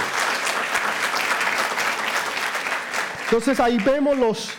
[SPEAKER 1] Entonces ahí vemos los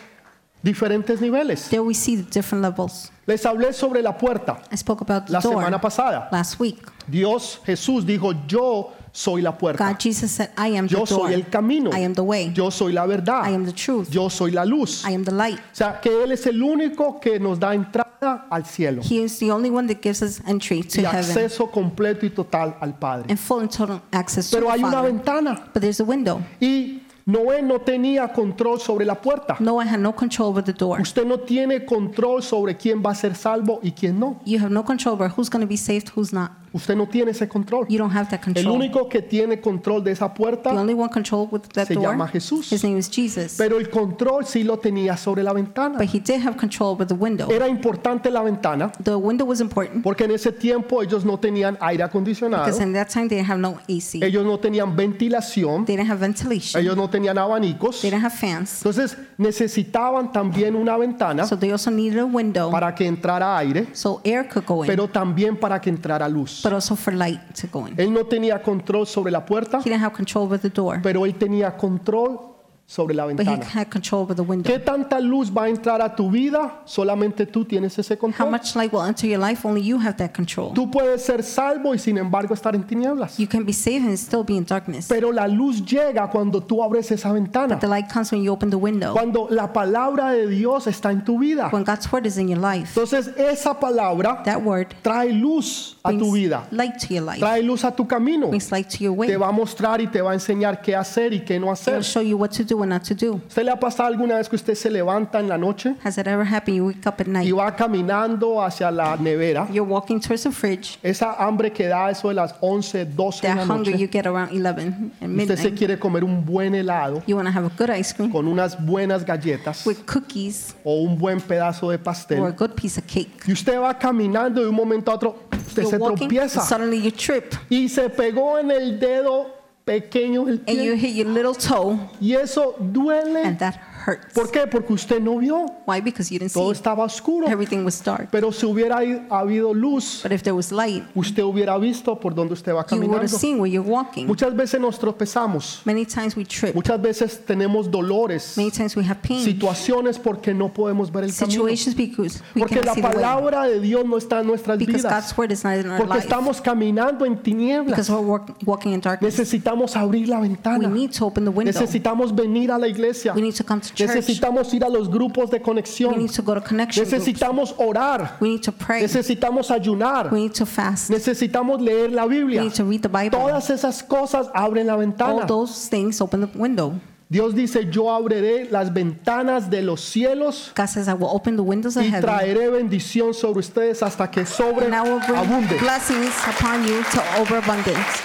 [SPEAKER 1] diferentes niveles.
[SPEAKER 2] There we see the different levels.
[SPEAKER 1] Les hablé sobre la puerta
[SPEAKER 2] I spoke about the
[SPEAKER 1] la
[SPEAKER 2] door
[SPEAKER 1] semana pasada.
[SPEAKER 2] last week.
[SPEAKER 1] Dios Jesús dijo, yo soy la puerta,
[SPEAKER 2] God, Jesus said, I am the
[SPEAKER 1] yo
[SPEAKER 2] door.
[SPEAKER 1] soy el camino,
[SPEAKER 2] I am the way.
[SPEAKER 1] yo soy la
[SPEAKER 2] I
[SPEAKER 1] verdad,
[SPEAKER 2] am the truth.
[SPEAKER 1] yo soy la luz.
[SPEAKER 2] I am the light.
[SPEAKER 1] O sea, que Él es el único que nos da entrada al cielo
[SPEAKER 2] He is the only one that gives us entry to
[SPEAKER 1] y
[SPEAKER 2] heaven
[SPEAKER 1] acceso completo y total al Padre.
[SPEAKER 2] and full and total access to
[SPEAKER 1] Pero
[SPEAKER 2] the
[SPEAKER 1] hay una
[SPEAKER 2] Father.
[SPEAKER 1] ventana
[SPEAKER 2] But there's a window.
[SPEAKER 1] y Noé no tenía control sobre la puerta.
[SPEAKER 2] Noah had no control over the door.
[SPEAKER 1] Usted no tiene control sobre quién va a ser salvo y quién no.
[SPEAKER 2] You have no control over who's going to be saved, who's not.
[SPEAKER 1] Usted no tiene ese control.
[SPEAKER 2] You don't have that
[SPEAKER 1] El
[SPEAKER 2] control.
[SPEAKER 1] único que tiene control de esa
[SPEAKER 2] The
[SPEAKER 1] puerta,
[SPEAKER 2] only one control with that
[SPEAKER 1] Se
[SPEAKER 2] door,
[SPEAKER 1] llama Jesús.
[SPEAKER 2] his name is Jesus.
[SPEAKER 1] pero el control sí lo tenía sobre la ventana.
[SPEAKER 2] But he did have control with the window.
[SPEAKER 1] Era importante la ventana
[SPEAKER 2] The window was important
[SPEAKER 1] porque en ese tiempo ellos no tenían aire acondicionado,
[SPEAKER 2] because in that time they didn't have no AC. They
[SPEAKER 1] ellos no tenían ventilación,
[SPEAKER 2] didn't have ventilation.
[SPEAKER 1] ellos no tenían abanicos.
[SPEAKER 2] They didn't have fans.
[SPEAKER 1] Entonces necesitaban también una ventana
[SPEAKER 2] So they also needed a window
[SPEAKER 1] para que entrara aire,
[SPEAKER 2] so air could go in,
[SPEAKER 1] pero también para que entrara luz.
[SPEAKER 2] but also for light to go in.
[SPEAKER 1] Él no tenía control sobre la puerta,
[SPEAKER 2] He didn't have control with the door,
[SPEAKER 1] pero él tenía control sobre la
[SPEAKER 2] but he
[SPEAKER 1] ventana.
[SPEAKER 2] had control with the window.
[SPEAKER 1] ¿Qué tanta luz va a entrar a tu vida? Solamente tú tienes ese
[SPEAKER 2] How
[SPEAKER 1] control.
[SPEAKER 2] much light will enter your life? Only you have that control.
[SPEAKER 1] Tú puedes ser salvo y sin embargo estar en tinieblas.
[SPEAKER 2] You can be saved and still be in darkness.
[SPEAKER 1] Pero la luz llega cuando tú abres esa ventana,
[SPEAKER 2] The light comes when you open the window,
[SPEAKER 1] cuando la palabra de Dios está en tu vida.
[SPEAKER 2] when God's word is in your life.
[SPEAKER 1] Entonces esa palabra
[SPEAKER 2] That word
[SPEAKER 1] trae luz a tu
[SPEAKER 2] brings
[SPEAKER 1] vida,
[SPEAKER 2] light to your life,
[SPEAKER 1] trae luz a tu camino,
[SPEAKER 2] brings light to your way.
[SPEAKER 1] te
[SPEAKER 2] It
[SPEAKER 1] va a mostrar y te va a enseñar qué hacer y qué no
[SPEAKER 2] will
[SPEAKER 1] hacer.
[SPEAKER 2] show you what to do and not to do.
[SPEAKER 1] ¿Usted le ha pasado alguna vez que usted se levanta en la noche
[SPEAKER 2] Has that ever happened? You wake up at
[SPEAKER 1] y
[SPEAKER 2] night,
[SPEAKER 1] va caminando hacia la nevera?
[SPEAKER 2] you're walking towards the fridge,
[SPEAKER 1] Esa hambre que da eso de las 11, 12 de
[SPEAKER 2] that
[SPEAKER 1] la
[SPEAKER 2] hunger
[SPEAKER 1] noche.
[SPEAKER 2] you get around 11 and
[SPEAKER 1] Usted se
[SPEAKER 2] midnight.
[SPEAKER 1] quiere comer un buen helado
[SPEAKER 2] You want to have a good ice cream
[SPEAKER 1] con unas buenas galletas
[SPEAKER 2] with cookies
[SPEAKER 1] o un buen pedazo de
[SPEAKER 2] or a
[SPEAKER 1] pastel.
[SPEAKER 2] good piece of cake.
[SPEAKER 1] Y usted va caminando de un momento a otro, usted se
[SPEAKER 2] You're walking, and
[SPEAKER 1] tropieza
[SPEAKER 2] suddenly you trip
[SPEAKER 1] y se pegó en el dedo pequeño del
[SPEAKER 2] and you
[SPEAKER 1] pie.
[SPEAKER 2] hit your little toe,
[SPEAKER 1] Y eso duele.
[SPEAKER 2] and that hurts.
[SPEAKER 1] ¿Eh? ¿Por qué? Porque usted no vio.
[SPEAKER 2] Why? Because you didn't
[SPEAKER 1] Todo
[SPEAKER 2] see.
[SPEAKER 1] estaba oscuro.
[SPEAKER 2] Everything was dark.
[SPEAKER 1] Pero si hubiera habi- habido luz,
[SPEAKER 2] But if there was light,
[SPEAKER 1] usted hubiera visto por dónde usted va
[SPEAKER 2] you would have
[SPEAKER 1] caminando.
[SPEAKER 2] seen where you're walking.
[SPEAKER 1] Muchas veces nos tropezamos.
[SPEAKER 2] Many times we trip.
[SPEAKER 1] Muchas veces tenemos dolores,
[SPEAKER 2] Many times we have pain.
[SPEAKER 1] situaciones porque no podemos ver el camino.
[SPEAKER 2] Situations because we
[SPEAKER 1] Porque
[SPEAKER 2] can't
[SPEAKER 1] la
[SPEAKER 2] see the way.
[SPEAKER 1] palabra de Dios no está en nuestras
[SPEAKER 2] Because
[SPEAKER 1] vidas.
[SPEAKER 2] God's word is not in our
[SPEAKER 1] Porque
[SPEAKER 2] life.
[SPEAKER 1] estamos caminando en
[SPEAKER 2] Because
[SPEAKER 1] tinieblas.
[SPEAKER 2] we're walk- walking in darkness.
[SPEAKER 1] Necesitamos abrir la
[SPEAKER 2] We
[SPEAKER 1] ventana.
[SPEAKER 2] need to open the window.
[SPEAKER 1] Necesitamos venir a la iglesia.
[SPEAKER 2] We need to come to church.
[SPEAKER 1] Necesitamos ir a los grupos de
[SPEAKER 2] We
[SPEAKER 1] conexión.
[SPEAKER 2] need to go to connection groups.
[SPEAKER 1] Necesitamos orar.
[SPEAKER 2] We need to pray.
[SPEAKER 1] Necesitamos ayunar.
[SPEAKER 2] We need to fast.
[SPEAKER 1] Necesitamos leer la
[SPEAKER 2] We
[SPEAKER 1] Biblia.
[SPEAKER 2] need to read the Bible.
[SPEAKER 1] Todas esas cosas abren la
[SPEAKER 2] All
[SPEAKER 1] ventana.
[SPEAKER 2] those things open the window.
[SPEAKER 1] Dios dice, yo abriré las ventanas de los cielos
[SPEAKER 2] God says, I will open the windows of
[SPEAKER 1] y
[SPEAKER 2] heaven
[SPEAKER 1] traeré bendición sobre ustedes hasta que
[SPEAKER 2] and I will bring
[SPEAKER 1] sobreabunde.
[SPEAKER 2] blessings upon you to overabundance.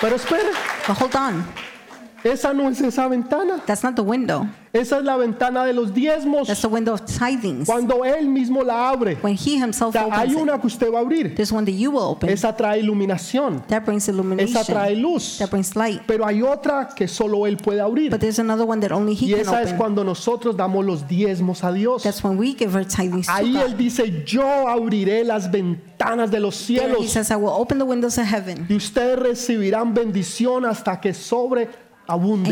[SPEAKER 1] Pero espere,
[SPEAKER 2] But hold on,
[SPEAKER 1] esa no es esa ventana.
[SPEAKER 2] that's not the window.
[SPEAKER 1] Esa es la ventana de los
[SPEAKER 2] That's
[SPEAKER 1] diezmos.
[SPEAKER 2] the window of tithings.
[SPEAKER 1] Cuando Él mismo la abre.
[SPEAKER 2] When He
[SPEAKER 1] O
[SPEAKER 2] Himself
[SPEAKER 1] sea, hay
[SPEAKER 2] opens it,
[SPEAKER 1] una que usted va a abrir.
[SPEAKER 2] there's one that you will open.
[SPEAKER 1] Esa trae iluminación.
[SPEAKER 2] That brings
[SPEAKER 1] Esa trae
[SPEAKER 2] illumination.
[SPEAKER 1] luz.
[SPEAKER 2] That brings light.
[SPEAKER 1] Pero hay otra que solo Él puede abrir.
[SPEAKER 2] But there's another one that only He
[SPEAKER 1] Y
[SPEAKER 2] can
[SPEAKER 1] esa es
[SPEAKER 2] open.
[SPEAKER 1] cuando nosotros damos los diezmos a Dios.
[SPEAKER 2] That's when we give our tithings to
[SPEAKER 1] Ahí Él
[SPEAKER 2] God.
[SPEAKER 1] dice, yo abriré las ventanas de los
[SPEAKER 2] There He
[SPEAKER 1] cielos
[SPEAKER 2] says, I will open the windows of heaven
[SPEAKER 1] y ustedes recibirán bendición hasta que
[SPEAKER 2] and you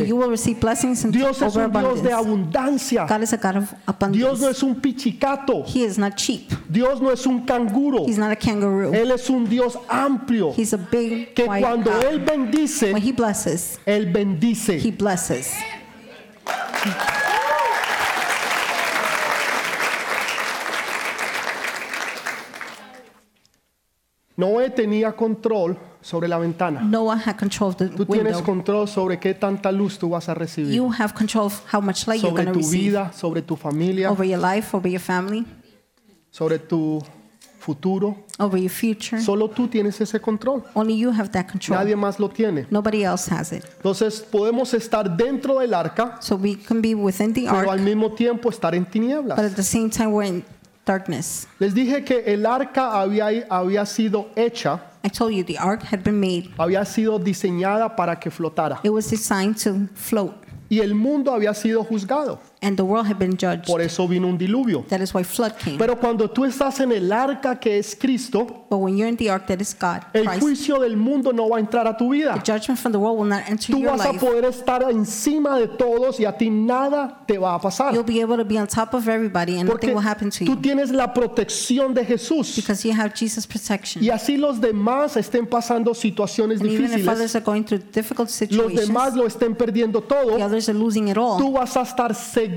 [SPEAKER 1] sobreabunde.
[SPEAKER 2] will receive blessings and
[SPEAKER 1] Dios es un Dios de
[SPEAKER 2] overabundance.
[SPEAKER 1] abundancia.
[SPEAKER 2] God is a God of
[SPEAKER 1] Dios no
[SPEAKER 2] abundance.
[SPEAKER 1] es un pichicato.
[SPEAKER 2] He is not cheap.
[SPEAKER 1] Dios no es un canguro.
[SPEAKER 2] He's not a kangaroo.
[SPEAKER 1] Él es un Dios amplio
[SPEAKER 2] He's a big
[SPEAKER 1] que
[SPEAKER 2] white
[SPEAKER 1] cuando
[SPEAKER 2] God.
[SPEAKER 1] Él bendice,
[SPEAKER 2] When he blesses,
[SPEAKER 1] Él
[SPEAKER 2] he
[SPEAKER 1] bendice.
[SPEAKER 2] blesses.
[SPEAKER 1] Noé tenía control sobre la ventana.
[SPEAKER 2] Noah had control of the
[SPEAKER 1] Tú tienes
[SPEAKER 2] window.
[SPEAKER 1] control sobre qué tanta luz tú vas a recibir.
[SPEAKER 2] You have control of how much light you're
[SPEAKER 1] Sobre
[SPEAKER 2] going
[SPEAKER 1] tu
[SPEAKER 2] to receive
[SPEAKER 1] vida, sobre tu familia,
[SPEAKER 2] over your life, over your family,
[SPEAKER 1] sobre tu futuro.
[SPEAKER 2] over your future.
[SPEAKER 1] Solo tú tienes ese control.
[SPEAKER 2] Only you have that control.
[SPEAKER 1] Nadie más lo tiene.
[SPEAKER 2] Nobody else has it.
[SPEAKER 1] Entonces podemos estar dentro del arca,
[SPEAKER 2] So we can be within the
[SPEAKER 1] pero
[SPEAKER 2] ark,
[SPEAKER 1] al mismo tiempo estar en
[SPEAKER 2] but
[SPEAKER 1] tinieblas.
[SPEAKER 2] at the same time, we're in darkness.
[SPEAKER 1] Les dije que el arca había, había sido hecha,
[SPEAKER 2] I told you the ark had been made,
[SPEAKER 1] había sido diseñada para que flotara.
[SPEAKER 2] it was designed to float,
[SPEAKER 1] Y el mundo había sido juzgado.
[SPEAKER 2] and the world had been judged.
[SPEAKER 1] Por eso vino un diluvio.
[SPEAKER 2] That is why flood came.
[SPEAKER 1] Pero cuando tú estás en el arca que es Cristo,
[SPEAKER 2] But when you're in the ark, that is God,
[SPEAKER 1] el
[SPEAKER 2] Christ.
[SPEAKER 1] juicio del mundo no va a entrar a tu
[SPEAKER 2] The
[SPEAKER 1] vida.
[SPEAKER 2] judgment from the world will not enter
[SPEAKER 1] Tú
[SPEAKER 2] your
[SPEAKER 1] vas a
[SPEAKER 2] life.
[SPEAKER 1] poder estar encima de todos y a ti nada te va a
[SPEAKER 2] You'll
[SPEAKER 1] pasar.
[SPEAKER 2] be able to be on top of everybody and
[SPEAKER 1] Porque
[SPEAKER 2] nothing will happen to
[SPEAKER 1] tú
[SPEAKER 2] you
[SPEAKER 1] tienes la protección de Jesús.
[SPEAKER 2] because you have Jesus' protection.
[SPEAKER 1] Y así los demás estén pasando situaciones
[SPEAKER 2] and even if
[SPEAKER 1] difíciles,
[SPEAKER 2] others are going through difficult
[SPEAKER 1] los
[SPEAKER 2] situations,
[SPEAKER 1] demás lo estén perdiendo
[SPEAKER 2] the
[SPEAKER 1] todo,
[SPEAKER 2] others are losing it all.
[SPEAKER 1] tú vas a estar seguro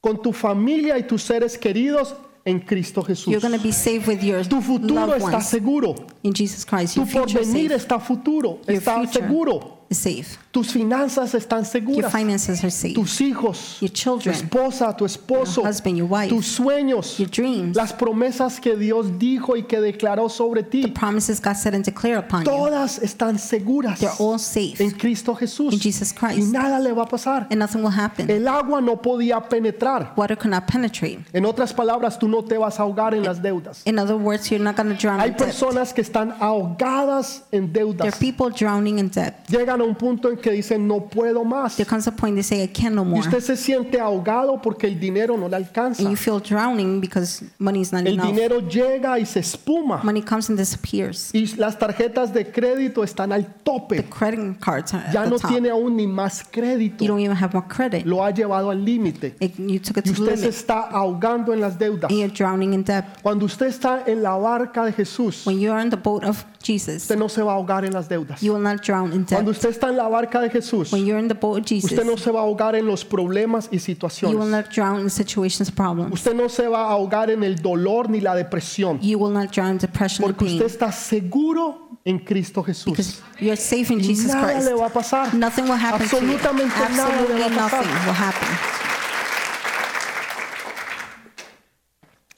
[SPEAKER 1] con tu familia y tus seres queridos en Cristo Jesús.
[SPEAKER 2] You're going to be safe with your
[SPEAKER 1] Tu futuro
[SPEAKER 2] loved
[SPEAKER 1] está
[SPEAKER 2] ones
[SPEAKER 1] seguro,
[SPEAKER 2] in Jesus Christ.
[SPEAKER 1] tu
[SPEAKER 2] Your future is
[SPEAKER 1] porvenir
[SPEAKER 2] safe.
[SPEAKER 1] está futuro, está
[SPEAKER 2] future.
[SPEAKER 1] seguro.
[SPEAKER 2] is safe.
[SPEAKER 1] Tus finanzas están
[SPEAKER 2] Your
[SPEAKER 1] seguras.
[SPEAKER 2] finances are safe.
[SPEAKER 1] Tus hijos,
[SPEAKER 2] Your
[SPEAKER 1] tu
[SPEAKER 2] children,
[SPEAKER 1] esposa, tu esposo,
[SPEAKER 2] your husband, your wife,
[SPEAKER 1] tus sueños,
[SPEAKER 2] your dreams,
[SPEAKER 1] las promesas que Dios dijo y que declaró sobre
[SPEAKER 2] the
[SPEAKER 1] ti,
[SPEAKER 2] promises God said and declared upon you,
[SPEAKER 1] todas están seguras
[SPEAKER 2] they're all safe
[SPEAKER 1] en Cristo Jesús.
[SPEAKER 2] in Jesus
[SPEAKER 1] Y
[SPEAKER 2] Christ,
[SPEAKER 1] nada le va a pasar.
[SPEAKER 2] and nothing will happen.
[SPEAKER 1] El agua no podía penetrar.
[SPEAKER 2] Water cannot penetrate.
[SPEAKER 1] En otras palabras, tú no te vas a ahogar en las deudas.
[SPEAKER 2] In other words, you're not going to drown
[SPEAKER 1] Hay
[SPEAKER 2] in debt.
[SPEAKER 1] personas que están ahogadas en
[SPEAKER 2] There are
[SPEAKER 1] deudas.
[SPEAKER 2] people drowning in debt.
[SPEAKER 1] Llegan a un punto en que dicen, no puedo más.
[SPEAKER 2] There comes a point they say, I can no
[SPEAKER 1] Y
[SPEAKER 2] more.
[SPEAKER 1] usted se siente ahogado porque el dinero no le alcanza.
[SPEAKER 2] And you feel drowning because money is not
[SPEAKER 1] El
[SPEAKER 2] enough.
[SPEAKER 1] dinero llega y se espuma.
[SPEAKER 2] Money comes and disappears.
[SPEAKER 1] Y las tarjetas de crédito están al tope.
[SPEAKER 2] Credit cards are at
[SPEAKER 1] Ya no
[SPEAKER 2] the top.
[SPEAKER 1] tiene aún ni más
[SPEAKER 2] You
[SPEAKER 1] crédito.
[SPEAKER 2] don't even have more credit.
[SPEAKER 1] Lo ha llevado al límite.
[SPEAKER 2] It- you took it
[SPEAKER 1] Y
[SPEAKER 2] to the
[SPEAKER 1] usted se
[SPEAKER 2] limit.
[SPEAKER 1] está ahogando en las deudas.
[SPEAKER 2] And you're drowning in debt.
[SPEAKER 1] Cuando usted está en la barca de Jesús,
[SPEAKER 2] When you are in the boat of Jesus,
[SPEAKER 1] usted no se va a ahogar en las deudas.
[SPEAKER 2] you will not drown in
[SPEAKER 1] Cuando
[SPEAKER 2] debt.
[SPEAKER 1] usted está en la barca de Jesús,
[SPEAKER 2] When you're in the boat of
[SPEAKER 1] usted no
[SPEAKER 2] Jesus,
[SPEAKER 1] se va a ahogar en los problemas y
[SPEAKER 2] you will
[SPEAKER 1] situaciones.
[SPEAKER 2] not drown in situations, problems.
[SPEAKER 1] Usted no se va a ahogar en el dolor ni la depresión,
[SPEAKER 2] You will not drown in depression and
[SPEAKER 1] porque usted
[SPEAKER 2] pain.
[SPEAKER 1] está seguro en Cristo Jesús.
[SPEAKER 2] Because you're safe in
[SPEAKER 1] Y
[SPEAKER 2] Jesus
[SPEAKER 1] nada
[SPEAKER 2] Christ.
[SPEAKER 1] le va a pasar.
[SPEAKER 2] Nothing will happen to you.
[SPEAKER 1] Absolutamente nada le va
[SPEAKER 2] Absolutely
[SPEAKER 1] a pasar.
[SPEAKER 2] nothing will happen.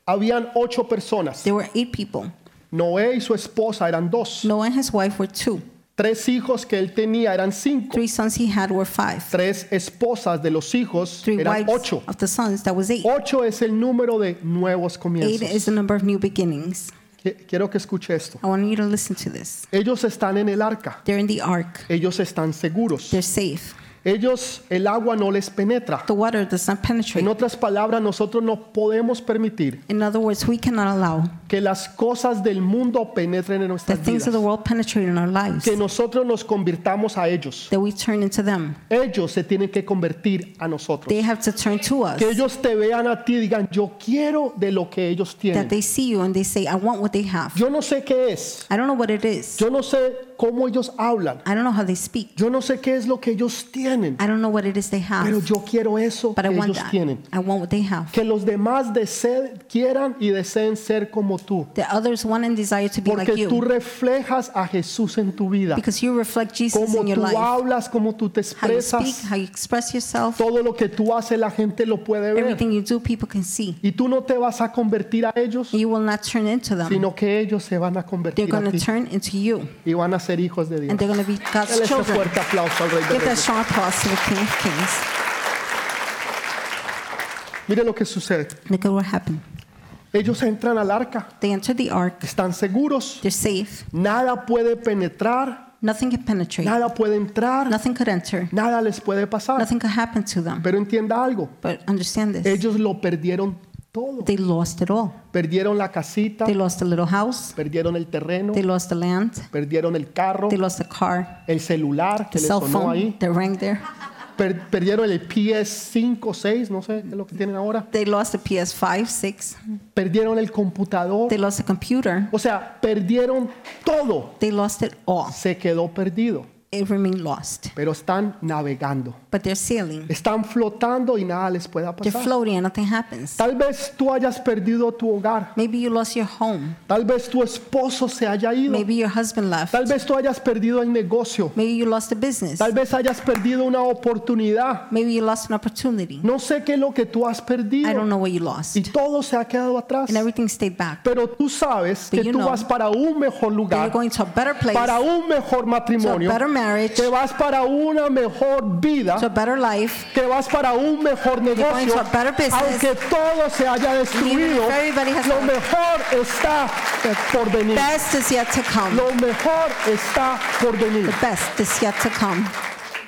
[SPEAKER 1] Habían ocho personas.
[SPEAKER 2] There were eight people.
[SPEAKER 1] Noé y su esposa eran dos.
[SPEAKER 2] Noah and his wife were two.
[SPEAKER 1] Tres hijos que él tenía eran cinco.
[SPEAKER 2] Three sons he had were five.
[SPEAKER 1] Tres esposas de los hijos
[SPEAKER 2] Three
[SPEAKER 1] eran
[SPEAKER 2] wives
[SPEAKER 1] ocho.
[SPEAKER 2] of the sons, that was eight.
[SPEAKER 1] Ocho es el número de nuevos
[SPEAKER 2] Eight is
[SPEAKER 1] comienzos.
[SPEAKER 2] the number of new beginnings.
[SPEAKER 1] Qu- Quiero que escuche esto.
[SPEAKER 2] I want you to listen to this.
[SPEAKER 1] Ellos están en el arca.
[SPEAKER 2] They're in the ark.
[SPEAKER 1] Ellos están seguros.
[SPEAKER 2] They're safe.
[SPEAKER 1] Ellos, el agua no les penetra.
[SPEAKER 2] The water does not penetrate.
[SPEAKER 1] En otras palabras, nosotros no podemos permitir
[SPEAKER 2] In other words, we cannot allow
[SPEAKER 1] que las cosas del mundo penetren en
[SPEAKER 2] the
[SPEAKER 1] nuestras
[SPEAKER 2] things
[SPEAKER 1] vidas.
[SPEAKER 2] of the world penetrate in our lives,
[SPEAKER 1] Que nosotros nos convirtamos a ellos.
[SPEAKER 2] that we turn into them.
[SPEAKER 1] Ellos se tienen que convertir a nosotros.
[SPEAKER 2] They have to turn to us.
[SPEAKER 1] Que ellos te vean a ti y digan, yo quiero de lo que ellos
[SPEAKER 2] That
[SPEAKER 1] tienen.
[SPEAKER 2] they see you and they say, I want what they have.
[SPEAKER 1] Yo no sé qué es.
[SPEAKER 2] I don't know what it is.
[SPEAKER 1] Yo no sé cómo ellos hablan.
[SPEAKER 2] I don't know how they speak.
[SPEAKER 1] Yo no sé qué es lo que ellos tienen.
[SPEAKER 2] I don't know what it is they
[SPEAKER 1] Pero
[SPEAKER 2] have.
[SPEAKER 1] yo quiero eso
[SPEAKER 2] But
[SPEAKER 1] que
[SPEAKER 2] I want
[SPEAKER 1] ellos
[SPEAKER 2] that.
[SPEAKER 1] tienen.
[SPEAKER 2] I want what they have.
[SPEAKER 1] Que los demás deseen- quieran y deseen ser como tú.
[SPEAKER 2] That others want and desire to be like
[SPEAKER 1] Porque tú
[SPEAKER 2] you.
[SPEAKER 1] reflejas a Jesús en tu vida.
[SPEAKER 2] Because you reflect Jesus
[SPEAKER 1] Cómo
[SPEAKER 2] in your
[SPEAKER 1] tú
[SPEAKER 2] life.
[SPEAKER 1] hablas, cómo tú te
[SPEAKER 2] How you speak,
[SPEAKER 1] expresas,
[SPEAKER 2] how you express yourself,
[SPEAKER 1] todo lo que tú haces la gente lo puede ver.
[SPEAKER 2] everything you do, people can see.
[SPEAKER 1] Y tú no te vas a convertir a ellos,
[SPEAKER 2] You will not turn into them.
[SPEAKER 1] sino que ellos se van a
[SPEAKER 2] They're
[SPEAKER 1] convertir a
[SPEAKER 2] going to
[SPEAKER 1] ti
[SPEAKER 2] turn into you.
[SPEAKER 1] y van a ser hijos de Dios.
[SPEAKER 2] And they're going to be God's
[SPEAKER 1] Dale este
[SPEAKER 2] children.
[SPEAKER 1] fuerte aplauso al Rey de
[SPEAKER 2] Give that
[SPEAKER 1] Reyes.
[SPEAKER 2] strong applause to the King of Kings.
[SPEAKER 1] Mire lo que sucede.
[SPEAKER 2] Look at what happened.
[SPEAKER 1] Ellos entran al arca,
[SPEAKER 2] They entered the ark.
[SPEAKER 1] están seguros,
[SPEAKER 2] They're safe.
[SPEAKER 1] nada puede penetrar,
[SPEAKER 2] Nothing can penetrate.
[SPEAKER 1] nada puede entrar,
[SPEAKER 2] Nothing could enter.
[SPEAKER 1] nada les puede pasar.
[SPEAKER 2] Nothing could happen to them.
[SPEAKER 1] Pero entienda algo,
[SPEAKER 2] But understand this.
[SPEAKER 1] ellos lo perdieron todo.
[SPEAKER 2] They lost it all.
[SPEAKER 1] Perdieron la casita,
[SPEAKER 2] They lost the little house.
[SPEAKER 1] perdieron el terreno,
[SPEAKER 2] They lost the land.
[SPEAKER 1] perdieron el carro,
[SPEAKER 2] They lost the car.
[SPEAKER 1] el celular
[SPEAKER 2] The
[SPEAKER 1] que le
[SPEAKER 2] cell
[SPEAKER 1] sonó
[SPEAKER 2] phone
[SPEAKER 1] ahí,
[SPEAKER 2] that rang there.
[SPEAKER 1] per- perdieron el PS5, 6, no sé qué es lo que tienen ahora,
[SPEAKER 2] They lost the PS5, 6.
[SPEAKER 1] perdieron el computador,
[SPEAKER 2] They lost the computer.
[SPEAKER 1] o sea, perdieron todo,
[SPEAKER 2] They lost it all.
[SPEAKER 1] se quedó perdido,
[SPEAKER 2] It remained lost.
[SPEAKER 1] pero están navegando,
[SPEAKER 2] But they're sailing.
[SPEAKER 1] están flotando y nada les pueda
[SPEAKER 2] They're
[SPEAKER 1] pasar.
[SPEAKER 2] floating and nothing happens.
[SPEAKER 1] Tal vez tú hayas perdido tu hogar,
[SPEAKER 2] Maybe you lost your home.
[SPEAKER 1] tal vez tu esposo se haya ido,
[SPEAKER 2] Maybe your husband left.
[SPEAKER 1] tal vez tú hayas perdido el negocio,
[SPEAKER 2] Maybe you lost a business.
[SPEAKER 1] tal vez hayas perdido una oportunidad,
[SPEAKER 2] Maybe you lost an opportunity.
[SPEAKER 1] no sé qué es lo que tú has
[SPEAKER 2] I
[SPEAKER 1] perdido
[SPEAKER 2] don't know what you lost.
[SPEAKER 1] y todo se ha quedado atrás.
[SPEAKER 2] And everything stayed back.
[SPEAKER 1] Pero tú sabes
[SPEAKER 2] But
[SPEAKER 1] que
[SPEAKER 2] you
[SPEAKER 1] tú
[SPEAKER 2] know
[SPEAKER 1] vas para un mejor
[SPEAKER 2] That
[SPEAKER 1] lugar,
[SPEAKER 2] you're going to a better place,
[SPEAKER 1] para un mejor
[SPEAKER 2] to a
[SPEAKER 1] matrimonio,
[SPEAKER 2] better marriage,
[SPEAKER 1] que
[SPEAKER 2] to
[SPEAKER 1] vas para una mejor
[SPEAKER 2] a
[SPEAKER 1] vida,
[SPEAKER 2] better life.
[SPEAKER 1] que vas para un mejor negocio.
[SPEAKER 2] going to a better business.
[SPEAKER 1] Aunque todo se haya destruido,
[SPEAKER 2] Even if everybody has
[SPEAKER 1] lo
[SPEAKER 2] gone.
[SPEAKER 1] mejor está por venir.
[SPEAKER 2] Best is yet to come.
[SPEAKER 1] Lo mejor está por venir.
[SPEAKER 2] The best is yet to come.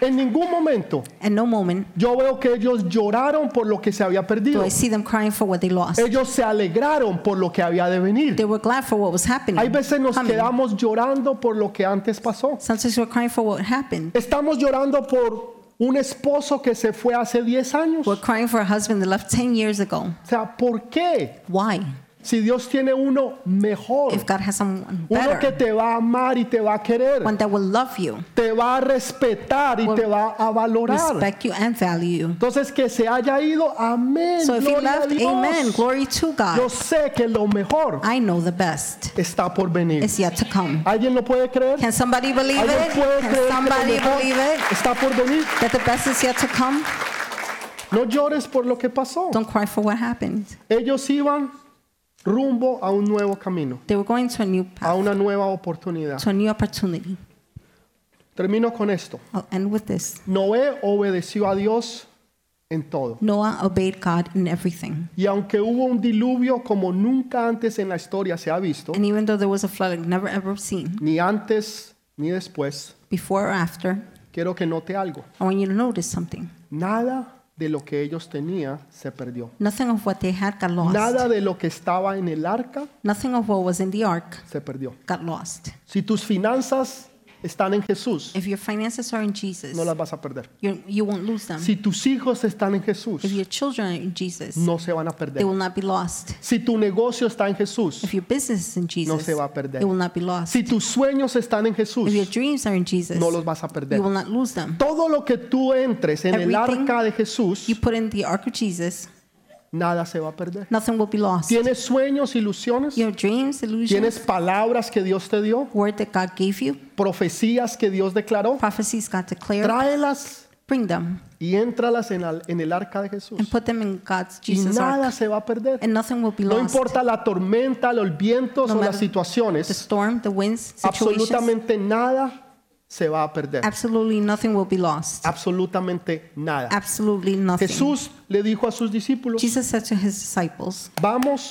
[SPEAKER 1] En ningún momento
[SPEAKER 2] At no moment
[SPEAKER 1] yo veo que ellos lloraron por lo que se había
[SPEAKER 2] do
[SPEAKER 1] perdido.
[SPEAKER 2] I see them crying for what they lost.
[SPEAKER 1] Ellos se alegraron por lo que había de venir.
[SPEAKER 2] They were glad for what was happening.
[SPEAKER 1] Hay veces nos
[SPEAKER 2] coming.
[SPEAKER 1] quedamos llorando por lo que antes pasó.
[SPEAKER 2] Sometimes we're crying for what happened.
[SPEAKER 1] Estamos llorando por un esposo que se fue hace 10 años.
[SPEAKER 2] We're
[SPEAKER 1] O
[SPEAKER 2] crying for a husband that left 10 years ago.
[SPEAKER 1] sea, ¿por qué?
[SPEAKER 2] Why?
[SPEAKER 1] Si Dios tiene uno mejor,
[SPEAKER 2] If God has someone
[SPEAKER 1] uno que
[SPEAKER 2] better,
[SPEAKER 1] te va a amar y te va a querer,
[SPEAKER 2] one that will love you,
[SPEAKER 1] te va a respetar y
[SPEAKER 2] Will
[SPEAKER 1] te va a valorar.
[SPEAKER 2] respect you, and value you.
[SPEAKER 1] Entonces que se haya ido, amén.
[SPEAKER 2] So if he
[SPEAKER 1] gloria a
[SPEAKER 2] left,
[SPEAKER 1] Dios.
[SPEAKER 2] amen. Glory
[SPEAKER 1] Yo
[SPEAKER 2] to God.
[SPEAKER 1] sé que lo mejor
[SPEAKER 2] I know the best
[SPEAKER 1] está por venir.
[SPEAKER 2] is yet to come.
[SPEAKER 1] ¿Alguien lo puede creer?
[SPEAKER 2] Can somebody believe
[SPEAKER 1] ¿Alguien
[SPEAKER 2] it?
[SPEAKER 1] puede
[SPEAKER 2] Can somebody
[SPEAKER 1] creer que lo
[SPEAKER 2] believe
[SPEAKER 1] mejor
[SPEAKER 2] it?
[SPEAKER 1] está por venir?
[SPEAKER 2] That the best is yet to come?
[SPEAKER 1] No llores por lo que pasó.
[SPEAKER 2] Don't cry for what happened.
[SPEAKER 1] Ellos iban rumbo a un nuevo camino,
[SPEAKER 2] They were going to a new
[SPEAKER 1] a
[SPEAKER 2] path,
[SPEAKER 1] una nueva oportunidad.
[SPEAKER 2] to a new opportunity.
[SPEAKER 1] Termino con esto.
[SPEAKER 2] I'll end with this.
[SPEAKER 1] Noé obedeció a Dios en todo.
[SPEAKER 2] Noah obeyed God in everything.
[SPEAKER 1] Y aunque hubo un diluvio como nunca antes en la historia se ha visto,
[SPEAKER 2] And even though there was a flood I've never ever seen,
[SPEAKER 1] ni antes ni después,
[SPEAKER 2] before or after,
[SPEAKER 1] quiero que note algo.
[SPEAKER 2] I want you to notice something.
[SPEAKER 1] Nada de lo que ellos tenían se perdió.
[SPEAKER 2] Nothing of what they had got lost.
[SPEAKER 1] Nada de lo que estaba en el arca
[SPEAKER 2] Nothing of what was in the ark
[SPEAKER 1] se perdió.
[SPEAKER 2] got lost.
[SPEAKER 1] Si tus finanzas están en Jesús,
[SPEAKER 2] If your finances are in Jesus,
[SPEAKER 1] no las vas a perder.
[SPEAKER 2] you, you won't lose them.
[SPEAKER 1] Si tus hijos están en Jesús,
[SPEAKER 2] If your children are in Jesus,
[SPEAKER 1] no se van a
[SPEAKER 2] they
[SPEAKER 1] perder.
[SPEAKER 2] will not be lost.
[SPEAKER 1] Si tu negocio está en Jesús,
[SPEAKER 2] If your business is in Jesus,
[SPEAKER 1] se va a perder.
[SPEAKER 2] it will not be lost.
[SPEAKER 1] si tus sueños están en Jesús,
[SPEAKER 2] if your dreams are in Jesus,
[SPEAKER 1] no los vas a perder.
[SPEAKER 2] you will not lose them.
[SPEAKER 1] Todo lo que tú entres en el
[SPEAKER 2] Everything
[SPEAKER 1] arca de Jesús,
[SPEAKER 2] You put in the ark of Jesus,
[SPEAKER 1] nada se va a perder.
[SPEAKER 2] nothing will be lost.
[SPEAKER 1] ¿Tienes sueños, ilusiones?
[SPEAKER 2] Your dreams, illusions,
[SPEAKER 1] ¿Tienes palabras que Dios te dio?
[SPEAKER 2] word that God gave you,
[SPEAKER 1] ¿Profecías que Dios declaró?
[SPEAKER 2] prophecies God declared,
[SPEAKER 1] Tráelas
[SPEAKER 2] bring them
[SPEAKER 1] y éntralas en al- en el arca de Jesús.
[SPEAKER 2] and put them in God's
[SPEAKER 1] Y
[SPEAKER 2] Jesus
[SPEAKER 1] nada
[SPEAKER 2] ark,
[SPEAKER 1] se va a perder.
[SPEAKER 2] and nothing will be
[SPEAKER 1] No
[SPEAKER 2] lost.
[SPEAKER 1] importa la tormenta, los vientos
[SPEAKER 2] No
[SPEAKER 1] o las
[SPEAKER 2] matter The
[SPEAKER 1] situaciones,
[SPEAKER 2] storm, the winds, situations,
[SPEAKER 1] absolutamente nada se va a perder.
[SPEAKER 2] absolutely nothing will be lost.
[SPEAKER 1] Absolutamente nada.
[SPEAKER 2] Absolutely nothing.
[SPEAKER 1] Jesús le dijo a sus discípulos,
[SPEAKER 2] Jesus said to his disciples,
[SPEAKER 1] vamos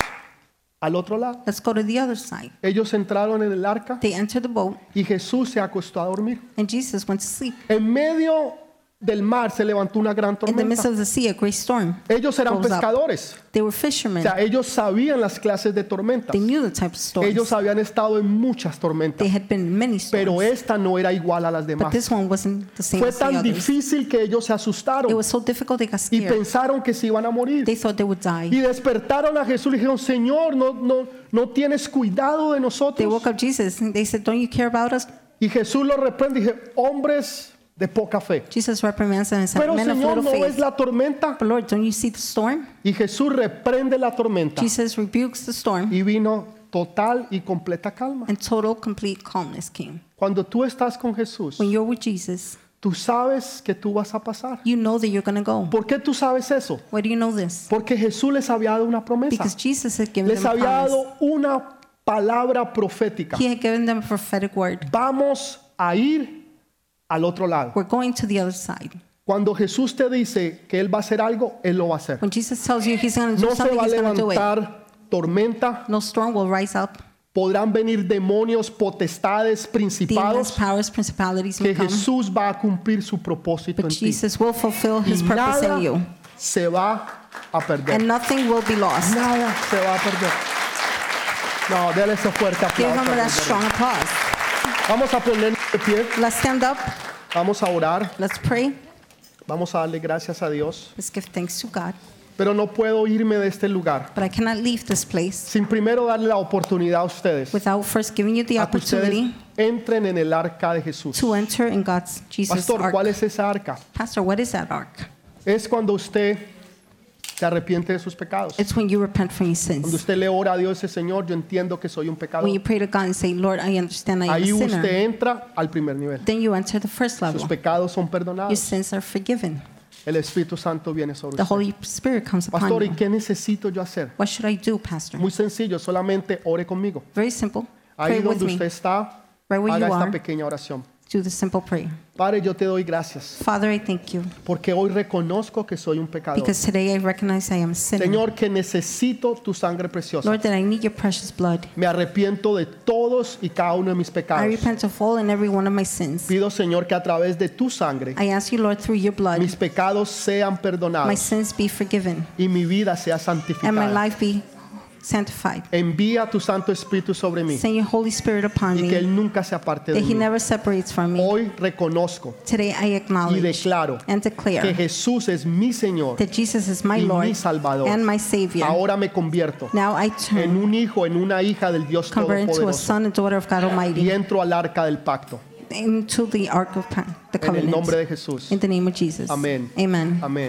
[SPEAKER 1] al otro lado.
[SPEAKER 2] Let's go to the other side.
[SPEAKER 1] Ellos entraron en el arca
[SPEAKER 2] They entered the boat,
[SPEAKER 1] y Jesús se acostó a dormir.
[SPEAKER 2] and Jesus went to sleep.
[SPEAKER 1] En medio del mar se levantó una gran
[SPEAKER 2] In the midst
[SPEAKER 1] tormenta.
[SPEAKER 2] of the sea, a great storm.
[SPEAKER 1] Ellos eran
[SPEAKER 2] Rose up.
[SPEAKER 1] pescadores.
[SPEAKER 2] They were
[SPEAKER 1] O
[SPEAKER 2] fishermen.
[SPEAKER 1] sea, ellos sabían las clases de tormentas.
[SPEAKER 2] They knew the type of storms.
[SPEAKER 1] Ellos habían estado en muchas tormentas,
[SPEAKER 2] They had been in many
[SPEAKER 1] pero
[SPEAKER 2] storms.
[SPEAKER 1] esta no era igual a las
[SPEAKER 2] But
[SPEAKER 1] demás.
[SPEAKER 2] this one wasn't the same
[SPEAKER 1] Fue
[SPEAKER 2] as the
[SPEAKER 1] tan
[SPEAKER 2] others.
[SPEAKER 1] difícil que ellos se
[SPEAKER 2] It
[SPEAKER 1] asustaron
[SPEAKER 2] was so difficult they got
[SPEAKER 1] y
[SPEAKER 2] scared.
[SPEAKER 1] pensaron que se iban a morir.
[SPEAKER 2] They thought they would die.
[SPEAKER 1] Y despertaron a Jesús y dijeron, Señor, no, no, no tienes cuidado de
[SPEAKER 2] They
[SPEAKER 1] nosotros.
[SPEAKER 2] woke up Jesus and they said, Don't you care about us?
[SPEAKER 1] Y Jesús los reprende y dijo, hombres de poca fe.
[SPEAKER 2] Jesus reprimands them and said,
[SPEAKER 1] Pero
[SPEAKER 2] Men of
[SPEAKER 1] Señor,
[SPEAKER 2] little
[SPEAKER 1] ¿no ves
[SPEAKER 2] faith.
[SPEAKER 1] la tormenta?
[SPEAKER 2] But Lord, don't you see the storm?
[SPEAKER 1] Y Jesús reprende la tormenta
[SPEAKER 2] Jesus rebukes the storm
[SPEAKER 1] y vino total y completa calma.
[SPEAKER 2] and total, complete calmness came.
[SPEAKER 1] Cuando tú estás con Jesús,
[SPEAKER 2] When you're with Jesus,
[SPEAKER 1] tú sabes que tú vas a pasar.
[SPEAKER 2] you know that you're going to go.
[SPEAKER 1] ¿Por qué tú sabes eso?
[SPEAKER 2] Why do you know this?
[SPEAKER 1] Porque Jesús les había dado una promesa.
[SPEAKER 2] Because Jesus had given
[SPEAKER 1] Les
[SPEAKER 2] them a
[SPEAKER 1] había
[SPEAKER 2] promise.
[SPEAKER 1] dado una palabra profética.
[SPEAKER 2] He had given them a prophetic word.
[SPEAKER 1] Vamos a ir al otro lado.
[SPEAKER 2] We're going to the other side.
[SPEAKER 1] Cuando Jesús te dice que Él va a hacer algo, Él lo va a hacer.
[SPEAKER 2] When Jesus tells you he's going to do
[SPEAKER 1] No se
[SPEAKER 2] something,
[SPEAKER 1] va a
[SPEAKER 2] he's going to do it.
[SPEAKER 1] levantar tormenta.
[SPEAKER 2] No storm will rise up.
[SPEAKER 1] Podrán venir demonios, potestades,
[SPEAKER 2] Demons,
[SPEAKER 1] principados,
[SPEAKER 2] powers, principalities
[SPEAKER 1] que
[SPEAKER 2] will come.
[SPEAKER 1] Jesús va a cumplir su propósito
[SPEAKER 2] But
[SPEAKER 1] en ti.
[SPEAKER 2] Jesus will fulfill his
[SPEAKER 1] Y
[SPEAKER 2] purpose
[SPEAKER 1] nada
[SPEAKER 2] in you.
[SPEAKER 1] se va a perder.
[SPEAKER 2] And nothing will be lost.
[SPEAKER 1] Nada se va a perder. No, déle ese fuerte
[SPEAKER 2] Give
[SPEAKER 1] aplauso.
[SPEAKER 2] him
[SPEAKER 1] al
[SPEAKER 2] that
[SPEAKER 1] Rey.
[SPEAKER 2] strong applause.
[SPEAKER 1] Vamos a ponernos de pie,
[SPEAKER 2] Let's stand up.
[SPEAKER 1] vamos a orar,
[SPEAKER 2] Let's pray.
[SPEAKER 1] vamos a darle gracias a Dios.
[SPEAKER 2] Let's give thanks to God.
[SPEAKER 1] Pero no puedo irme de este lugar
[SPEAKER 2] But I cannot leave this place
[SPEAKER 1] sin primero darle la oportunidad a ustedes,
[SPEAKER 2] without first giving you the
[SPEAKER 1] a que ustedes
[SPEAKER 2] opportunity
[SPEAKER 1] entren en el arca de Jesús.
[SPEAKER 2] to enter in God's Jesus
[SPEAKER 1] Pastor,
[SPEAKER 2] ark.
[SPEAKER 1] ¿cuál es esa arca?
[SPEAKER 2] Pastor, what is that ark?
[SPEAKER 1] Es cuando usted se arrepiente de sus pecados.
[SPEAKER 2] It's when you repent from your
[SPEAKER 1] Cuando
[SPEAKER 2] sins.
[SPEAKER 1] usted le ora a Dios, ese Señor, yo entiendo que soy un
[SPEAKER 2] When you
[SPEAKER 1] pecador.
[SPEAKER 2] pray to God and say, Lord, I understand I am a
[SPEAKER 1] Ahí
[SPEAKER 2] sinner.
[SPEAKER 1] usted entra al primer nivel.
[SPEAKER 2] Then you enter the first
[SPEAKER 1] Sus
[SPEAKER 2] level.
[SPEAKER 1] pecados son
[SPEAKER 2] Your
[SPEAKER 1] perdonados.
[SPEAKER 2] sins are forgiven.
[SPEAKER 1] El Espíritu Santo viene sobre
[SPEAKER 2] The
[SPEAKER 1] usted.
[SPEAKER 2] Holy Spirit comes upon
[SPEAKER 1] Pastor, ¿y
[SPEAKER 2] you.
[SPEAKER 1] qué necesito yo hacer?
[SPEAKER 2] What should I do, Pastor?
[SPEAKER 1] Muy sencillo, solamente ore conmigo.
[SPEAKER 2] Very simple.
[SPEAKER 1] Ahí
[SPEAKER 2] Pray with
[SPEAKER 1] donde
[SPEAKER 2] me.
[SPEAKER 1] usted está,
[SPEAKER 2] Right where
[SPEAKER 1] haga
[SPEAKER 2] you
[SPEAKER 1] esta
[SPEAKER 2] are.
[SPEAKER 1] pequeña oración.
[SPEAKER 2] Do the simple prayer.
[SPEAKER 1] Padre, yo te doy gracias
[SPEAKER 2] Father, I thank you
[SPEAKER 1] porque hoy reconozco que soy un pecador.
[SPEAKER 2] because today I recognize I am a sinner.
[SPEAKER 1] Señor, que necesito tu sangre preciosa.
[SPEAKER 2] Lord, that I need your precious blood.
[SPEAKER 1] Me arrepiento de todos y cada uno de mis
[SPEAKER 2] I
[SPEAKER 1] pecados.
[SPEAKER 2] repent of all and every one of my sins.
[SPEAKER 1] Pido, Señor, que a través de tu sangre
[SPEAKER 2] I ask you, Lord, through your blood,
[SPEAKER 1] mis pecados sean
[SPEAKER 2] my
[SPEAKER 1] perdonados
[SPEAKER 2] sins be forgiven
[SPEAKER 1] y mi vida sea
[SPEAKER 2] and my
[SPEAKER 1] santificada.
[SPEAKER 2] life be sanctified.
[SPEAKER 1] Envía tu Santo Espíritu sobre mí
[SPEAKER 2] Send your Holy Spirit upon
[SPEAKER 1] y que
[SPEAKER 2] me,
[SPEAKER 1] Él nunca se aparte de
[SPEAKER 2] that He
[SPEAKER 1] mí.
[SPEAKER 2] never separates from me.
[SPEAKER 1] Hoy reconozco
[SPEAKER 2] Today I
[SPEAKER 1] y
[SPEAKER 2] acknowledge
[SPEAKER 1] declaro
[SPEAKER 2] and
[SPEAKER 1] que
[SPEAKER 2] declare
[SPEAKER 1] Jesús es mi Señor
[SPEAKER 2] that Jesus is my
[SPEAKER 1] y
[SPEAKER 2] Lord
[SPEAKER 1] mi Salvador.
[SPEAKER 2] and my Savior.
[SPEAKER 1] Ahora me convierto
[SPEAKER 2] Now I
[SPEAKER 1] en
[SPEAKER 2] turn,
[SPEAKER 1] un hijo, en una hija del Dios
[SPEAKER 2] convert into a
[SPEAKER 1] Todopoderoso
[SPEAKER 2] son and daughter of God
[SPEAKER 1] y
[SPEAKER 2] Almighty,
[SPEAKER 1] entro al arca del pacto.
[SPEAKER 2] into the Ark of Pan- the
[SPEAKER 1] En el nombre de
[SPEAKER 2] Covenant.
[SPEAKER 1] Jesús.
[SPEAKER 2] In the name of Jesus.
[SPEAKER 1] Amén.
[SPEAKER 2] Amen.
[SPEAKER 1] Amén.